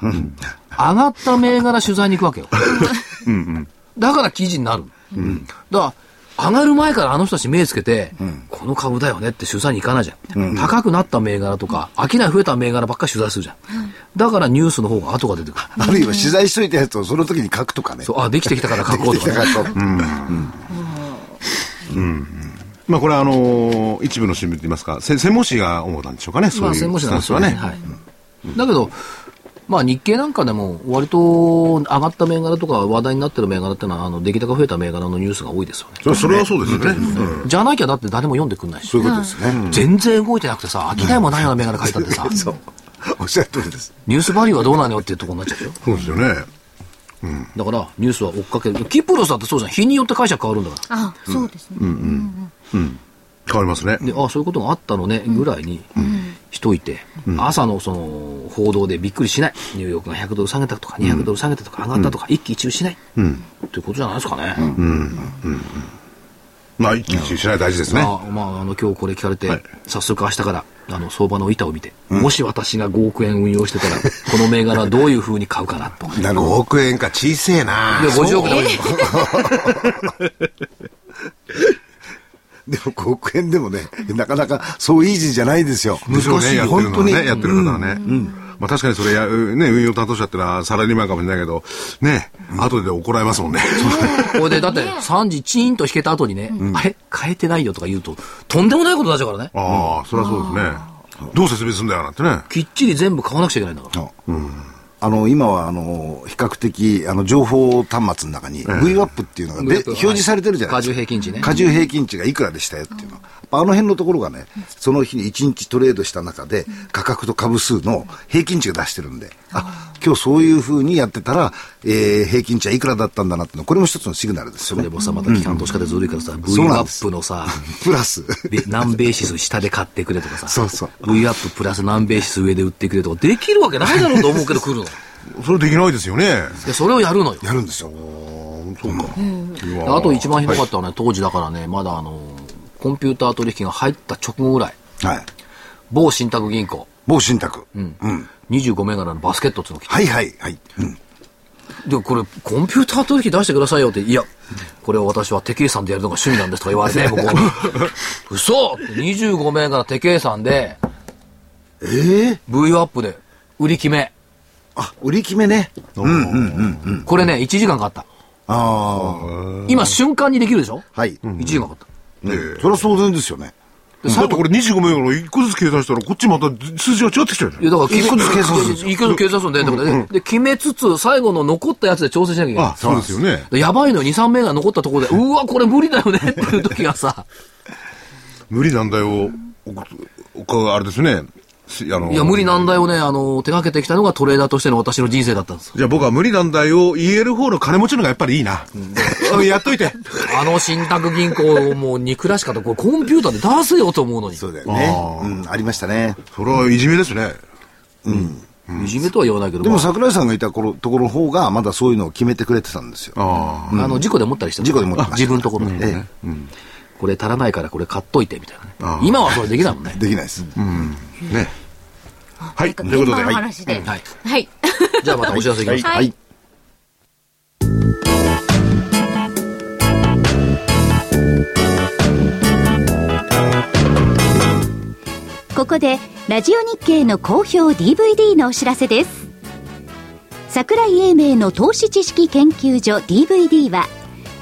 [SPEAKER 1] 上がった銘柄取材に行くわけよ。 だから記事になる。だから、上がる前からあの人たち目つけて、この株だよねって取材に行かないじゃん。高くなった銘柄とか、商い増えた銘柄ばっかり取材するじゃん。だからニュースの方が後が出てくる。
[SPEAKER 3] あるいは取材しといたやつをその時に書くとかね。
[SPEAKER 1] そう、あ、できてきたから書こう
[SPEAKER 3] で
[SPEAKER 1] と
[SPEAKER 3] き
[SPEAKER 1] か、ね
[SPEAKER 3] たか。と。
[SPEAKER 4] まあこれはあのー一部の新聞といいますかせ専門誌が主なんでしょうかねそう
[SPEAKER 1] ま
[SPEAKER 4] いう
[SPEAKER 1] あ、専門
[SPEAKER 4] ス
[SPEAKER 1] 誌
[SPEAKER 4] タ
[SPEAKER 1] なん
[SPEAKER 4] ン
[SPEAKER 1] で
[SPEAKER 4] ス
[SPEAKER 1] すよ
[SPEAKER 4] は
[SPEAKER 1] ね。
[SPEAKER 4] ね
[SPEAKER 1] はいだけど、まあ、日経なんかでも、割と上がった銘柄とか話題になってる銘柄ってのは、あの出来高増えた銘柄のニュースが多いですよね。
[SPEAKER 4] それそれはそうですよね、うん
[SPEAKER 1] じゃなきゃだって誰も読んでくんないし
[SPEAKER 3] そう。いうことですね。
[SPEAKER 1] 全然動いてなくてさ、商いもないような銘柄書いたって さ、
[SPEAKER 3] そう。おっしゃる通りです。
[SPEAKER 1] ニュースバリューはどうなのよっていうところになっちゃうよ。
[SPEAKER 4] そうですよね
[SPEAKER 1] だから、ニュースは追っかける。キプロスだってそうじゃん。日によって解釈変わるんだから。
[SPEAKER 6] あそうですね
[SPEAKER 4] 変わりますね
[SPEAKER 1] であそういうことがあったのねぐらいにしといて、朝のその報道でびっくりしないニューヨークが100ドル下げたとか200ドル下げたとか上がったとか、一喜一憂しない、ということじゃないですかね、
[SPEAKER 4] まあ一気にしない大事ですね
[SPEAKER 1] まあまあ、あの今日これ聞かれて、早速明日からあの相場の板を見て、もし私が5億円運用して たらこの銘柄はどういうふうに買うかなとかね
[SPEAKER 4] 5億円か小せえな
[SPEAKER 1] で50億でもいいの
[SPEAKER 3] でも5億円でもね、なかなかそうイージーじゃないですよ。
[SPEAKER 4] むしろねやってる
[SPEAKER 3] 本
[SPEAKER 4] のは
[SPEAKER 3] 当に。
[SPEAKER 4] ねやってる方はね、まあ確かにそれやね運用担当者ってのはサラリーマンかもしれないけどね後で怒られますもんね
[SPEAKER 1] これでだって3時チーンと引けた後にね、あれ変えてないよとか言うととんでもないことになっちゃうからね
[SPEAKER 4] ああそれはそうですねどう説明するんだよなんてね
[SPEAKER 1] きっちり全部買わなくちゃいけないんだから
[SPEAKER 3] あの、今は、あの、比較的、あの、情報端末の中に、VWAP っていうのがで、
[SPEAKER 1] VWAP
[SPEAKER 3] 表示されてるじゃないですか。
[SPEAKER 1] はい荷重平均値ね
[SPEAKER 3] 荷重平均値がいくらでしたよっていうの。あの辺のところがね、その日に1日トレードした中で、価格と株数の平均値が出してるんで、あ、今日そういうふうにやってたら、えー平均値はいくらだったんだなっていうの、これも一つのシグナルですよ
[SPEAKER 1] こ
[SPEAKER 3] ね。
[SPEAKER 1] れもさまた機関投資家でずるいからさ、
[SPEAKER 3] そうなんです
[SPEAKER 1] VWAP のさ
[SPEAKER 3] プラス。
[SPEAKER 1] べ 南米指数下で買ってくれとかさ
[SPEAKER 3] そうそう
[SPEAKER 1] VWAP プラス南米指数上で売ってくれとかできるわけないだろうと思うけど来るのい
[SPEAKER 4] それできないですよね
[SPEAKER 1] やそれをやるのよ
[SPEAKER 3] やるんですよ。
[SPEAKER 4] そうか、
[SPEAKER 1] あと一番ひどかったのはね、当時だからねまだあのコンピューター取引が入った直後ぐらい
[SPEAKER 3] はい。
[SPEAKER 1] 某信託銀行
[SPEAKER 3] 某信託。うん。
[SPEAKER 1] 25銘柄のバスケットっつうの来て
[SPEAKER 3] はいはいはい。うん。
[SPEAKER 1] でこれコンピューター取引出してくださいよっていやこれは私は手計算でやるのが趣味なんですとか言われて向こ うに嘘って25銘柄手計算で
[SPEAKER 3] ええ
[SPEAKER 1] V アップで売り決め
[SPEAKER 3] あ、売り決めね。
[SPEAKER 1] これね、1時間かかった。
[SPEAKER 3] ああ。
[SPEAKER 1] 今、瞬間にできるでしょ
[SPEAKER 3] はい。
[SPEAKER 1] ?1 時間かかった。
[SPEAKER 3] うんそれは当然ですよね。
[SPEAKER 4] だってこれ25名から1個ずつ計算したら、こっちまた数字が違ってきちゃうじゃん
[SPEAKER 1] いや、だから、結局、
[SPEAKER 3] 一個ずつ計算するんですよ
[SPEAKER 1] 一個ずつ計算するんだよ。ってことで、で、決めつつ、最後の残ったやつで調整しなきゃいけない
[SPEAKER 4] あ、。そうですよね。
[SPEAKER 1] やばいのよ、2、3名が残ったところで、うわ、これ無理だよねっていう時が さ、
[SPEAKER 4] 無理なんだよ。おかあれですね。すあの
[SPEAKER 1] いや、無理難題をね、あの、手掛けてきたのがトレーダーとしての私の人生だったんですよ。
[SPEAKER 4] じゃあ僕は無理なんだよ。言える方の金持ちのがやっぱりいいな。うんやっといて。
[SPEAKER 1] あの信託銀行をもう憎らしかった。これコンピューターで出せよと思うのに。
[SPEAKER 3] そうだよね。うん、ありましたね。
[SPEAKER 4] それはいじめですね。
[SPEAKER 1] いじめとは言わないけど、
[SPEAKER 3] でも
[SPEAKER 1] ま
[SPEAKER 3] 桜井さんがいた頃ところの方が、まだそういうのを決めてくれてたんですよ。
[SPEAKER 4] あ
[SPEAKER 1] ああの、事故で持ったりしてた
[SPEAKER 3] 事故で持ってました
[SPEAKER 1] 自分のところで、
[SPEAKER 3] ええ
[SPEAKER 1] これ足らないからこれ買っといて、みたいなね。今はそれできないもんね。
[SPEAKER 3] できないです。
[SPEAKER 4] あ。ね。は
[SPEAKER 6] なん
[SPEAKER 4] い。
[SPEAKER 6] か
[SPEAKER 4] ということで。
[SPEAKER 6] テーマの
[SPEAKER 4] はい
[SPEAKER 6] 話で。
[SPEAKER 1] はい。
[SPEAKER 6] はい。
[SPEAKER 1] じゃあまたお知らせいきますか。
[SPEAKER 6] はい。
[SPEAKER 2] ここでラジオ日経の好評 DVD のお知らせです桜井英明の投資知識研究所 DVD は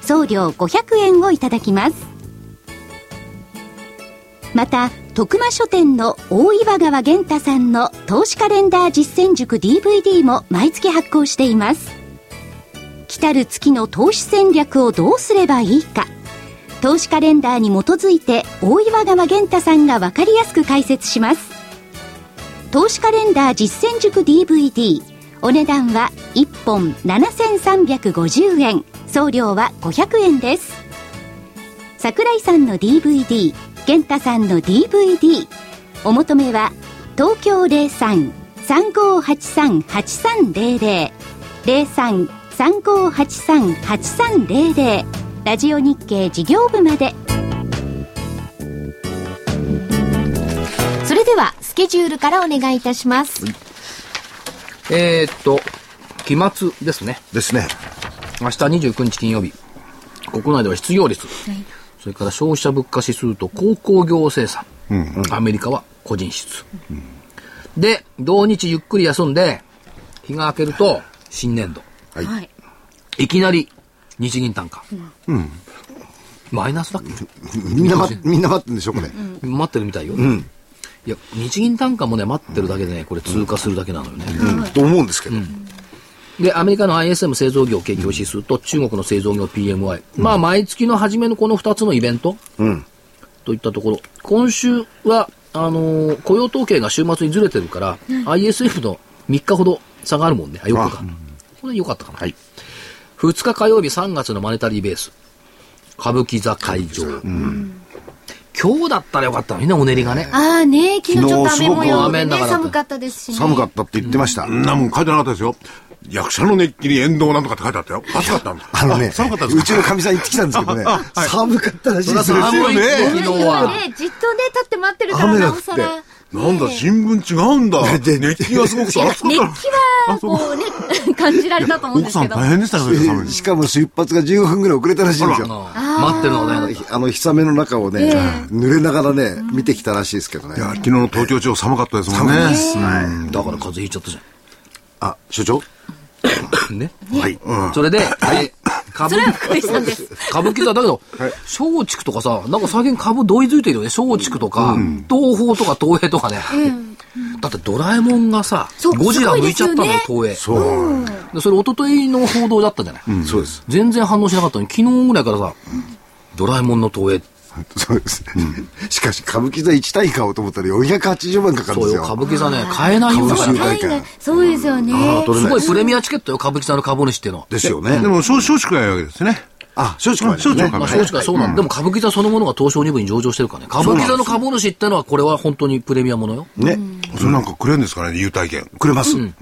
[SPEAKER 2] 送料500円をいただきますまた徳間書店の大岩川源太さんの投資カレンダー実践塾 DVD も毎月発行しています来たる月の投資戦略をどうすればいいか投資カレンダーに基づいて大岩川源太さんが分かりやすく解説します投資カレンダー実践塾 DVD お値段は1本7350円送料は500円です桜井さんの DVD 健太さんの DVD お求めは東京03-3583-8300 03-3583-8300ラジオ日経事業部まで
[SPEAKER 6] それでは、スケジュールからお願いいたします。
[SPEAKER 1] えーっと、期末ですね。
[SPEAKER 3] ですね。
[SPEAKER 1] 明日29日金曜日、国内では失業率、それから消費者物価指数と鉱工業生産、アメリカは個人支出、で、同日ゆっくり休んで、日が明けると新年度、
[SPEAKER 6] はい。
[SPEAKER 1] いきなり日銀単価。マイナスだっけ
[SPEAKER 3] みんな待っ、みんな待ってんでしょ、これ。
[SPEAKER 1] 待ってるみたいよ。いや、日銀単価もね、待ってるだけでね、これ通過するだけなのよね。
[SPEAKER 3] うんと思うんですけど。
[SPEAKER 1] で、アメリカの ISM 製造業景況指数と中国の製造業 PMI。まあ、毎月の初めのこの2つのイベント、といったところ。今週は、あのー雇用統計が週末にずれてるから、ISM の3日ほど差があるもんね。あ、よくか。これ良かったかな。2日火曜日3月のマネタリーベース。歌舞伎座会場。今日だったらよかったのにね、お練りがね。
[SPEAKER 6] ああね、昨日ちょっと
[SPEAKER 1] 昨日す
[SPEAKER 6] 雨模様で
[SPEAKER 1] ごく雨の中だ
[SPEAKER 6] ね、
[SPEAKER 1] った
[SPEAKER 6] 寒かったですしね。
[SPEAKER 3] 寒かったって言ってました。
[SPEAKER 4] そんなもん書いてなかったですよ。役者の熱気に沿道なんとかって書いてあったよ。暑かったんだ。
[SPEAKER 3] あのね、
[SPEAKER 4] 寒かったですか
[SPEAKER 3] うちのかみさん行ってきたんですけどね、寒かったらしいです
[SPEAKER 1] そりゃ寒い
[SPEAKER 3] ですよ
[SPEAKER 1] 昨
[SPEAKER 6] ね。
[SPEAKER 1] 日
[SPEAKER 6] 昨日
[SPEAKER 1] は
[SPEAKER 6] ね、じっとね、立って待ってるから、
[SPEAKER 3] 雨だ
[SPEAKER 6] な
[SPEAKER 3] っ
[SPEAKER 6] お
[SPEAKER 3] て
[SPEAKER 6] さら。
[SPEAKER 4] なんだ、
[SPEAKER 6] ね
[SPEAKER 4] 新聞違うんだ。
[SPEAKER 3] で
[SPEAKER 4] 熱気がすごくて暑かっ
[SPEAKER 6] 熱気
[SPEAKER 4] たな。
[SPEAKER 6] は、こうね、感じられたと思うん
[SPEAKER 4] 奥
[SPEAKER 6] です
[SPEAKER 4] さ
[SPEAKER 6] け
[SPEAKER 4] ん
[SPEAKER 6] ど。
[SPEAKER 4] 大変でしたよ、
[SPEAKER 3] え
[SPEAKER 4] 寒い
[SPEAKER 3] ー しかも出発が15分ぐらい遅れたらしいんですよ。
[SPEAKER 1] あ待ってるのが大変だっ
[SPEAKER 3] あの、日雨の中をね、濡れながらね、見てきたらしいですけどね
[SPEAKER 4] い。や、昨日の東京地方寒かったですもんね。
[SPEAKER 1] た。だから風邪ひいちゃったじゃん。
[SPEAKER 3] あ、所長
[SPEAKER 1] ね。
[SPEAKER 3] はい。
[SPEAKER 1] それで、えー株
[SPEAKER 6] それは福井さんです。
[SPEAKER 1] 歌舞伎座だけど、松竹とかさ、なんか最近株同意づいてるよね。松竹とか、東宝とか東映とかね。だってドラえもんがさ、
[SPEAKER 6] そう
[SPEAKER 1] ゴジラ抜いちゃったのよ、
[SPEAKER 6] す
[SPEAKER 1] 東映。
[SPEAKER 3] そう。
[SPEAKER 1] でそれ一昨日の報道だったじゃない。
[SPEAKER 3] そうです。
[SPEAKER 1] 全然反応しなかったのに、昨日ぐらいからさ、ドラえもんの東映。
[SPEAKER 3] そうです。しかし、歌舞伎座1単位買おうと思ったら480万かかるん
[SPEAKER 1] そ
[SPEAKER 3] で
[SPEAKER 1] う
[SPEAKER 3] す
[SPEAKER 1] よ、
[SPEAKER 3] よ。
[SPEAKER 1] 歌舞伎座ね、買えないよ、だから
[SPEAKER 3] 株式
[SPEAKER 1] ね。
[SPEAKER 3] 会
[SPEAKER 6] 単位が、そうですよね。
[SPEAKER 1] すごいプレミアチケットよ、歌舞伎座の株主っていうのは。
[SPEAKER 3] ですよね
[SPEAKER 4] で。も、少々しかないわけですね。
[SPEAKER 3] あ、少々
[SPEAKER 4] 少々
[SPEAKER 1] まあ、正
[SPEAKER 4] 株
[SPEAKER 1] 直はそうなん、でも歌舞伎座そのものが東証2部に上場してるからね。歌舞伎座の株主ってのは、これは本当にプレミアものよ。
[SPEAKER 3] ね。
[SPEAKER 4] それなんかくれるんですかね、優待券。
[SPEAKER 3] くれます。うん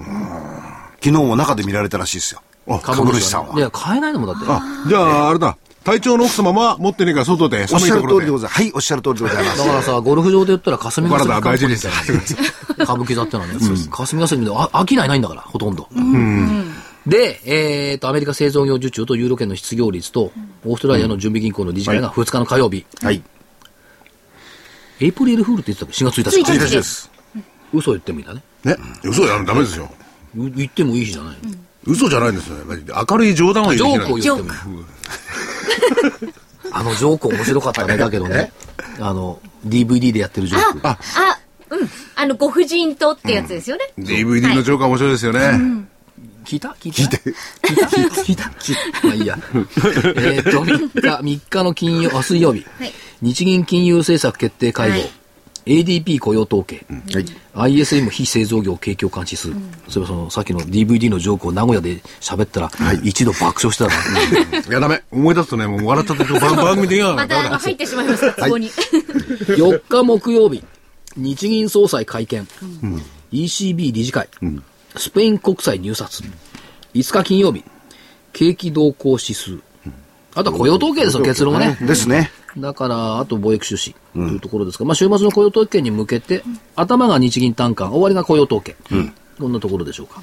[SPEAKER 3] 昨日も中で見られたらしいですよ。
[SPEAKER 4] あ
[SPEAKER 3] 株主さんは。
[SPEAKER 1] いや、買えないのもんだって。
[SPEAKER 4] あ、じゃあ、あれだ。隊長の奥様は持ってねえから外で
[SPEAKER 3] おっ
[SPEAKER 4] 寒い
[SPEAKER 3] しゃ
[SPEAKER 4] と
[SPEAKER 3] る
[SPEAKER 4] ころ
[SPEAKER 3] 通り
[SPEAKER 4] で
[SPEAKER 3] でございます。はい、おっしゃる通りでございま
[SPEAKER 1] だ
[SPEAKER 3] す。
[SPEAKER 1] からさ、ゴルフ場で言ったら霞が関
[SPEAKER 4] 体大事にして
[SPEAKER 1] 歌舞伎座ってのはね、霞が関であ商いないんだから、ほとんど。で、えっと、アメリカ製造業受注とユーロ圏の失業率と、オーストラリアの準備銀行の理事会が2日の火曜日。
[SPEAKER 3] はい。
[SPEAKER 1] エイプリルフールって言ってたっけ ?4 月1日
[SPEAKER 2] 1
[SPEAKER 1] か。
[SPEAKER 2] 日です。
[SPEAKER 1] 嘘言ってもいいんだね。
[SPEAKER 4] ね嘘やるダメですよ
[SPEAKER 1] う言ってもいい日じゃないの。
[SPEAKER 4] 嘘じゃないんですよねマジで明るい冗談は
[SPEAKER 1] ジ
[SPEAKER 4] 言
[SPEAKER 1] ョ
[SPEAKER 4] う
[SPEAKER 1] ークを
[SPEAKER 4] べき
[SPEAKER 1] 言ってもいい。あのジョーク面白かったね。だけどね、あの、DVD でやってるジョーク。
[SPEAKER 6] あ、うん。あの、ご婦人とってやつですよね。
[SPEAKER 4] なんだ DVD のジョークは面白いですよね、
[SPEAKER 1] 聞いた聞いた聞いた聞いた聞いたまあいいや。えっと、3日、3日の金曜、あ、水曜日。
[SPEAKER 6] い
[SPEAKER 1] 日銀金融政策決定会合。
[SPEAKER 6] はい
[SPEAKER 1] ADP 雇用統計、ISM 非製造業景況感指数、それはそのさっきの DVD のジョークを名古屋で喋ったら、一度爆笑してたな、
[SPEAKER 4] いやダメ思い出すとねもう笑っちゃって番番組的な
[SPEAKER 6] またあの入ってしまいますから、そこに。
[SPEAKER 1] 4日木曜日、日銀総裁会見、ECB 理事会、スペイン国債入札、5日金曜日、景気動向指数、あとは雇用統計ですよ、結論はね。
[SPEAKER 3] ですね。
[SPEAKER 1] だから、あと貿易収支というところですが、まあ、週末の雇用統計に向けて、頭が日銀短観、終わりが雇用統計、どんなところでしょうか。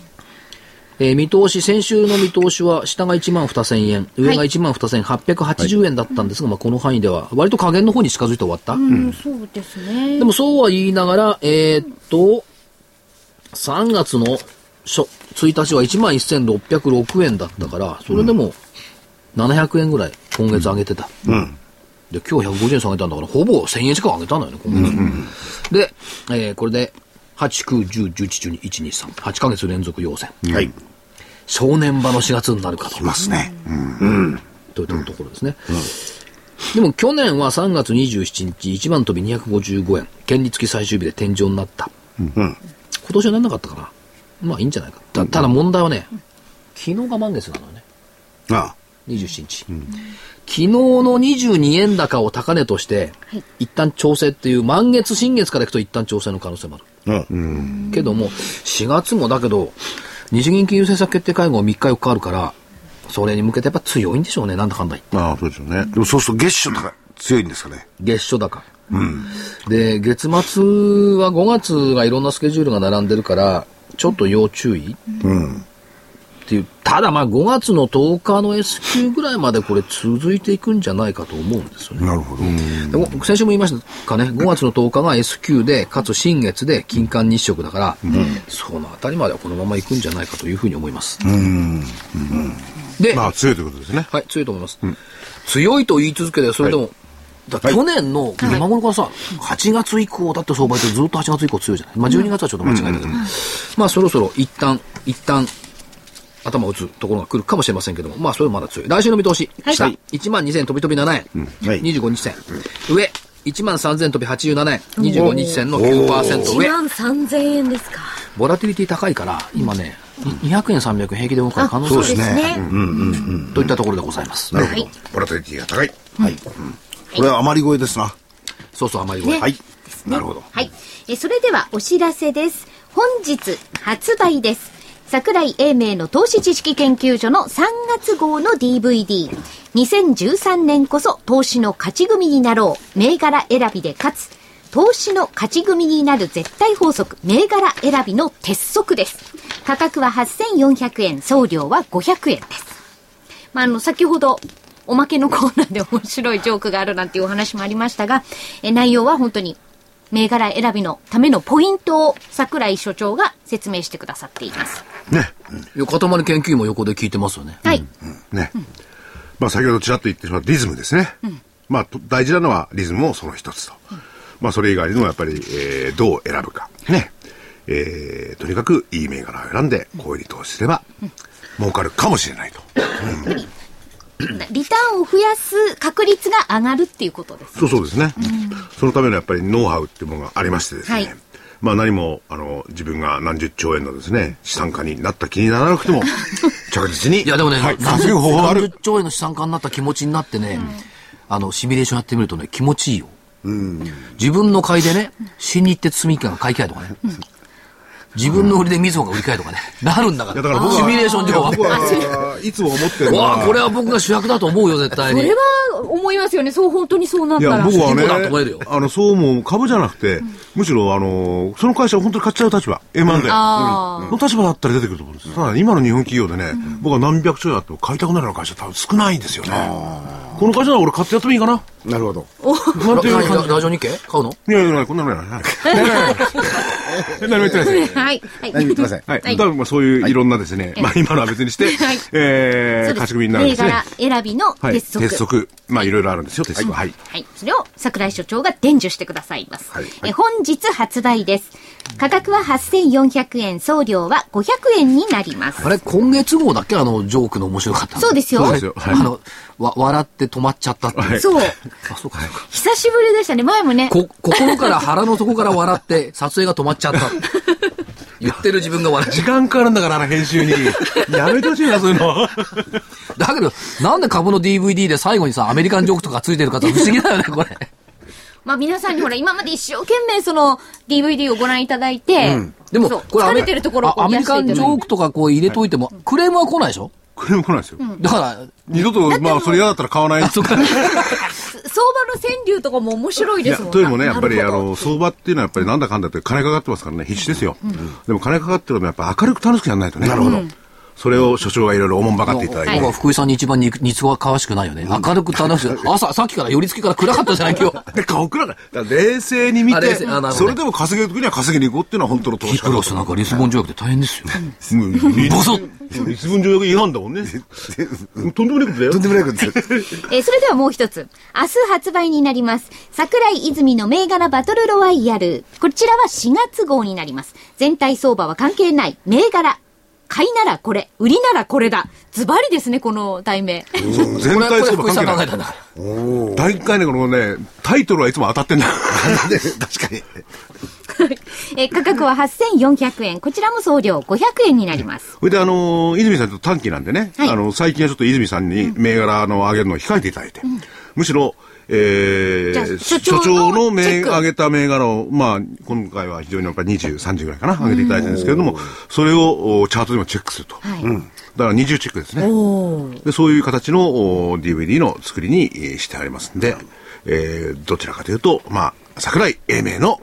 [SPEAKER 1] えー見通し、先週の見通しは、下が1万2000円、上が1万2880円だったんですが、まあ、この範囲では、割と下限の方に近づいて終わった。
[SPEAKER 6] うん、そうですね。
[SPEAKER 1] でもそうは言いながら、えーっと、3月の初1日は1万1606円だったから、それでも700円ぐらい今月上げてた。で、今日150円下げたんだから、ほぼ1000円近く上げたんだよね、今月。で、えーこれで、8、9、10、11、12、1、2、3、8ヶ月連続要請。
[SPEAKER 3] はい。
[SPEAKER 1] 正念場の4月になるかと。
[SPEAKER 3] ますね。
[SPEAKER 1] というところですね。でも去年は3月27日、1番飛び255円、権利付き最終日で天井になった。今年はなんなかったかな。まあいいんじゃないか。たただ問題はね、昨日が満月なのよね、
[SPEAKER 3] あ
[SPEAKER 1] 27日。昨日の22円高を高値として、一旦調整っていう、満月、新月からいくと一旦調整の可能性もある。
[SPEAKER 3] あ。うん。
[SPEAKER 1] けども、4月もだけど、日銀金融政策決定会合3日4日あるから、それに向けてやっぱ強いんでしょうね、なんだかんだ言って。
[SPEAKER 4] ああそうですよね
[SPEAKER 3] でもそうすると月初高い強いんですかね。
[SPEAKER 1] 月初高。で、月末は5月がいろんなスケジュールが並んでるから、ちょっと要注意。っていう、ただまあ5月の10日の S q ぐらいまでこれ続いていくんじゃないかと思うんですよね。
[SPEAKER 3] なるほど。
[SPEAKER 1] でも先週も言いましたかね、5月の10日が S q で、かつ新月で金環日食だから、そのあたりまではこのまま行くんじゃないかというふうに思います。で、
[SPEAKER 4] まあ強いということですね
[SPEAKER 1] はい、強いと思います。強いと言い続けて、それでも、だから去年の今頃からさ、8月以降だって相場でずっと8月以降強いじゃない。まあ12月はちょっと間違いだけど、まあそろそろ一旦、一旦、頭を打つところが来るかもしれませんけども、まあそれもまだ強い。来週の見通し、下、1万2000飛び飛び7円、
[SPEAKER 3] はい
[SPEAKER 1] 25日線、上、1万3000飛び87円、25日線の9%
[SPEAKER 6] 1
[SPEAKER 1] 上、
[SPEAKER 6] 万3000円ですか。
[SPEAKER 1] ボラティリティ高いから、今ね、200円300円平気で動く可能性
[SPEAKER 6] そ
[SPEAKER 1] あ
[SPEAKER 6] うです
[SPEAKER 1] る
[SPEAKER 6] ね。
[SPEAKER 1] といったところでございます。
[SPEAKER 6] はい。
[SPEAKER 4] ボラティリティが高い
[SPEAKER 3] これは余り声ですな。
[SPEAKER 1] そうそう、あまりごめん
[SPEAKER 6] ね。
[SPEAKER 3] はい。
[SPEAKER 6] なるほど。はい。え、それではお知らせです。本日発売です。桜井英明の投資知識研究所の3月号の DVD。2013年こそ投資の勝ち組になろう。銘柄選びで勝つ。投資の勝ち組になる絶対法則、銘柄選びの鉄則です。価格は8400円、送料は500円です。まあ、あの、先ほど、おまけのコーナーで面白いジョークがあるなんていうお話もありましたが、え内容は本当に、銘柄選びのためのポイントを桜井所長が説明してくださっています。
[SPEAKER 1] 横たまり研究員も横で聞いてますよね。
[SPEAKER 6] はい。
[SPEAKER 4] ね、まあ先ほどちらっと言ってしまったリズムですね、まあと大事なのはリズムもその一つと、まあそれ以外にもやっぱり、えーどう選ぶかねえーとにかくいい銘柄を選んでこういうに投資すれば儲かるかもしれないと、
[SPEAKER 6] リターンを増やす確率が上がるっていうことです。
[SPEAKER 4] そうそうですね、そのためのやっぱりノウハウっていうものがありましてですね、
[SPEAKER 6] はい
[SPEAKER 4] まあ何もあの自分が何十兆円のですね資産家になった気にならなくても着実に
[SPEAKER 1] いやでもね、
[SPEAKER 4] はい、
[SPEAKER 1] 何
[SPEAKER 4] 稼ぐ方法がある
[SPEAKER 1] 30兆円の資産家になった気持ちになってね、あの、シミュレーションやってみるとね、気持ちいいよ。自分の買いでね、新日鉄住木が買い替えとかね、自分の売りでみずほが売り買いとかね、なるんだか
[SPEAKER 4] や
[SPEAKER 1] ら。
[SPEAKER 4] だから僕は
[SPEAKER 1] シミュレーション事故
[SPEAKER 4] いや
[SPEAKER 1] は。
[SPEAKER 4] 僕はいつも思ってるの
[SPEAKER 1] わあ、これ
[SPEAKER 4] は
[SPEAKER 1] は僕が主役だと思うよ、絶対
[SPEAKER 6] そ
[SPEAKER 1] に
[SPEAKER 6] れ。は思いますよね。そう、本当にそうなっ
[SPEAKER 4] い
[SPEAKER 6] た
[SPEAKER 4] や
[SPEAKER 6] ら。
[SPEAKER 4] 僕は
[SPEAKER 1] 主人公だと思える
[SPEAKER 4] ね
[SPEAKER 1] よ
[SPEAKER 4] あのそうもう株じゃなくて、むしろあのその会社を本当に買っちゃう立場 M&A
[SPEAKER 6] あー
[SPEAKER 4] の立場だったら出てくると思うんですただ今の日本企業でね、僕は何百兆円あっても買いたくなるような会社多分少ないんですよねこの会社なら俺買ってやってもいいかな
[SPEAKER 3] なるほど。
[SPEAKER 4] なんていう感
[SPEAKER 1] ララジオ日経買うの
[SPEAKER 4] じいやいやいやこんなのないないないない ない何も言ってないです
[SPEAKER 6] はい。は
[SPEAKER 3] 何
[SPEAKER 6] い。
[SPEAKER 3] も言って ません。
[SPEAKER 4] はい。
[SPEAKER 6] はい
[SPEAKER 4] 多分まあそういういろんなですね、まあ今のは別にして、
[SPEAKER 6] はい
[SPEAKER 4] え
[SPEAKER 6] そう
[SPEAKER 4] ー、
[SPEAKER 6] です
[SPEAKER 4] 貸し組みになるんです
[SPEAKER 6] 銘
[SPEAKER 4] ね。
[SPEAKER 6] 柄選びの
[SPEAKER 4] はい。
[SPEAKER 6] 鉄則。
[SPEAKER 4] 鉄則。まあいろいろあるんですよ、鉄則は。はい。
[SPEAKER 6] はい。それを桜井所長が伝授してくださいます。
[SPEAKER 4] はい
[SPEAKER 6] え本日発売です。価格は8400円、送料は500円になります。
[SPEAKER 1] あれ、今月号だっけあの、ジョークの面白かったの
[SPEAKER 6] そうですよ
[SPEAKER 4] そうですよはい
[SPEAKER 1] あの、わ、笑って止まっちゃったっていう。
[SPEAKER 6] そう。
[SPEAKER 1] あ、そうか、そうか。
[SPEAKER 6] 久しぶりでしたね。前もね。
[SPEAKER 1] こ、心から腹の底から笑って、撮影が止まっちゃった。言ってる自分が笑っちゃ
[SPEAKER 4] 時間かかるんだから、あの編集に。やめてほしいな、そういうの。
[SPEAKER 1] う。だけど、なんで株の DVD で最後にさ、アメリカンジョークとかついてる方不思議だよね、これ。
[SPEAKER 6] まあ皆さんにほら、今まで一生懸命その DVD をご覧いただいて、
[SPEAKER 1] でも、
[SPEAKER 6] そう
[SPEAKER 1] これア
[SPEAKER 6] 疲
[SPEAKER 1] メ
[SPEAKER 6] れてるところをこ
[SPEAKER 1] あ
[SPEAKER 6] う
[SPEAKER 1] アメリカンジョークとかこう入れといても、クレームは来ないでしょ
[SPEAKER 4] これも来ないですよ。
[SPEAKER 1] だから、
[SPEAKER 4] 二度と、まあそれ嫌だったら買わない。
[SPEAKER 1] あ、そうか。
[SPEAKER 6] 相場の川柳とかも面白い
[SPEAKER 4] い
[SPEAKER 6] で
[SPEAKER 4] や、
[SPEAKER 6] すもん
[SPEAKER 4] というのもね、やっぱり、
[SPEAKER 6] な
[SPEAKER 4] あ
[SPEAKER 6] るほど
[SPEAKER 4] の、相場っていうのはやっぱりなんだかんだって金かかってますからね、必死ですよ。でも金かかってるのもやっぱ明るく楽しくやらないとね。なるほど。それを所長がいろいろおもんばかっていただい
[SPEAKER 1] 僕
[SPEAKER 4] て
[SPEAKER 1] は。福井さんに一番に似つかわしくないよね。明るく楽しく。朝、さっきから寄り付きから暗かったじゃない、今日。
[SPEAKER 4] で、顔くらない。だから冷静に見
[SPEAKER 1] あ冷
[SPEAKER 4] て
[SPEAKER 1] 静あなるほど、ね
[SPEAKER 4] それでも稼げるときには稼ぎに行こうっていうのは本当の投
[SPEAKER 1] キ
[SPEAKER 4] 資
[SPEAKER 1] プ
[SPEAKER 4] 家
[SPEAKER 1] ロスなんかリスボン条約で大変ですよ。
[SPEAKER 4] ボ
[SPEAKER 1] ソ
[SPEAKER 4] ッ立文条約違反だもんね。とんでもないことだよ
[SPEAKER 3] とんでもないことです。
[SPEAKER 6] えーそれではもう一つ。明日発売になります。桜井泉の銘柄バトルロワイヤル。こちらは4月号になります。全体相場は関係ない。銘柄。買いならこれ。売りならこれだ。ズバリですね、この題 名。
[SPEAKER 4] 全
[SPEAKER 1] これは
[SPEAKER 4] 体
[SPEAKER 1] これ福
[SPEAKER 4] 相場
[SPEAKER 1] 井さん考
[SPEAKER 4] 関係
[SPEAKER 1] えたん
[SPEAKER 4] ない。
[SPEAKER 1] だ。
[SPEAKER 4] 大体ね、このね、タイトルはいつも当たってん だ。確かに。
[SPEAKER 6] えー価格は8400円。こちらも送料500円になります。
[SPEAKER 4] それで、あのー、泉さんと短期なんでね、
[SPEAKER 6] はい
[SPEAKER 4] あの、最近はちょっと泉さんに銘柄の上げるのを控えていただいて、むしろ、え
[SPEAKER 6] じゃあ
[SPEAKER 4] ー、
[SPEAKER 6] 所
[SPEAKER 4] 所
[SPEAKER 6] 長の
[SPEAKER 4] 長の銘
[SPEAKER 6] チェック
[SPEAKER 4] 上げた銘柄を、まあ、今回は非常にやっぱり20、30ぐらいかな、上げていただいてるんですけれども、それをおチャートでもチェックすると。
[SPEAKER 6] はい
[SPEAKER 4] うんだから20チェックですね。でそういう形のお DVD の作りにえーしてありますんで、えーどちらかというと、まあ、桜井英明の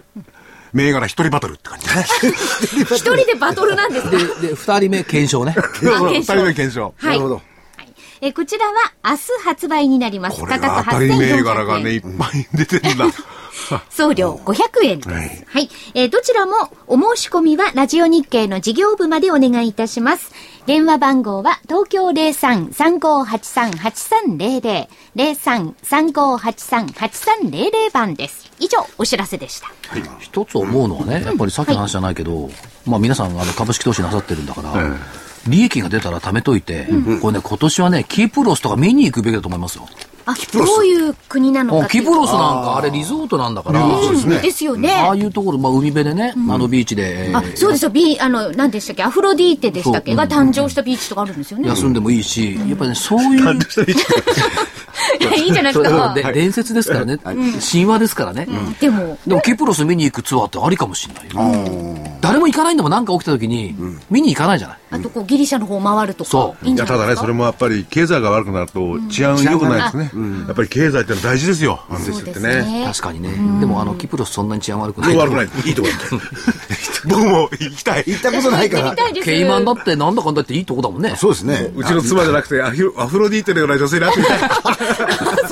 [SPEAKER 4] 銘柄一人バトルって感じ ですね。
[SPEAKER 6] 一人でバトルなんですね。
[SPEAKER 1] で、で二人目検証ね。
[SPEAKER 6] あ検証
[SPEAKER 4] 二人目検証。
[SPEAKER 6] はい。
[SPEAKER 3] なるほど
[SPEAKER 6] はい。えーこちらは明日発売になります。
[SPEAKER 4] こ
[SPEAKER 6] 価
[SPEAKER 4] れ
[SPEAKER 6] 格
[SPEAKER 4] が当たり銘柄が
[SPEAKER 6] 8400
[SPEAKER 4] ね、い
[SPEAKER 6] 円
[SPEAKER 4] っ。ぱ い出てるんだ。
[SPEAKER 6] 送料500円です。は
[SPEAKER 4] はいい。
[SPEAKER 6] えーどちらもお申し込みはラジオ日経の事業部までお願いいたします。電話番号は東京03-3583-8300、03-3583-8300番です。以上、お知らせでした。
[SPEAKER 1] 一つ思うのはね、やっぱりさっきの話じゃないけど、まあ皆さんあの株式投資なさってるんだから、利益が出たら貯めといて、これね、今年はね、キープロスとか見に行くべきだと思いますよ。
[SPEAKER 6] あ、どういう国なの
[SPEAKER 1] う
[SPEAKER 6] か
[SPEAKER 1] ん
[SPEAKER 6] っ
[SPEAKER 1] キ
[SPEAKER 6] てい
[SPEAKER 1] ー
[SPEAKER 6] う
[SPEAKER 1] プロスなんかあれリゾートなんだから、
[SPEAKER 6] うんですよね。
[SPEAKER 1] ああいうところ、まあ海辺でね、あのビーチで、えー
[SPEAKER 6] あ、そうですよ。ビー、あの、何でしたっけアフロディーテでしたっけ
[SPEAKER 1] そう
[SPEAKER 6] が誕生したビーチとかあるんですよね。
[SPEAKER 1] 休んでもいいし、やっぱりね、そういう、
[SPEAKER 6] い やいいじゃないで
[SPEAKER 1] それ
[SPEAKER 6] すか。
[SPEAKER 1] で伝説ですからね、神話ですからね。
[SPEAKER 6] でも、
[SPEAKER 1] でもキプロス見に行くツアーってありかもしれないよ。誰も行かないんでも何か起きた時に、見に行かないじゃない。
[SPEAKER 6] あとこうギリシャの方回るとか
[SPEAKER 1] そ。う
[SPEAKER 6] いいん
[SPEAKER 4] い
[SPEAKER 6] じゃ
[SPEAKER 4] や
[SPEAKER 6] ない
[SPEAKER 4] た
[SPEAKER 6] で
[SPEAKER 4] だね、
[SPEAKER 6] すか
[SPEAKER 4] それもやっぱり経済が悪くなると治安良くないですね。やっぱり経済ってのは大事ですよ。安定してってね。
[SPEAKER 1] 確かにね。でもあの、キプロスそんなに治安悪くない。
[SPEAKER 4] 悪くない。いいとこだ。 僕も行きた い。
[SPEAKER 3] 行ったことないから。
[SPEAKER 6] 痛いです
[SPEAKER 1] ケイマンだってなんだかんだっていいとこだもんね。
[SPEAKER 3] そうですね。
[SPEAKER 4] うちの妻じゃなくてアヒロアフロディーテのような女性になってみたい。
[SPEAKER 1] 女
[SPEAKER 6] まあ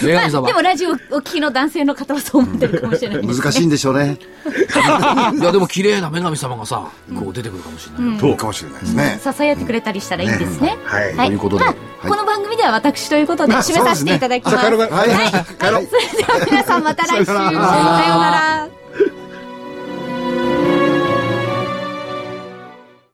[SPEAKER 1] 神様
[SPEAKER 6] でもラジオお聞きの男性の方はそう思ってるかもしれないです。
[SPEAKER 3] 難しいんでしょうね。
[SPEAKER 1] いや、でも綺麗な女神様がさ、こう出てくるかもしれない。
[SPEAKER 3] そうかもしれないですね。
[SPEAKER 6] 支えてくれたりしたらいいんですね。はい。
[SPEAKER 1] ということで
[SPEAKER 6] まあこの番組では私ということで締めさせていただきます。
[SPEAKER 3] そうですねあ帰ろうかはい
[SPEAKER 6] はい。それでは皆さんまた来週。さようなら。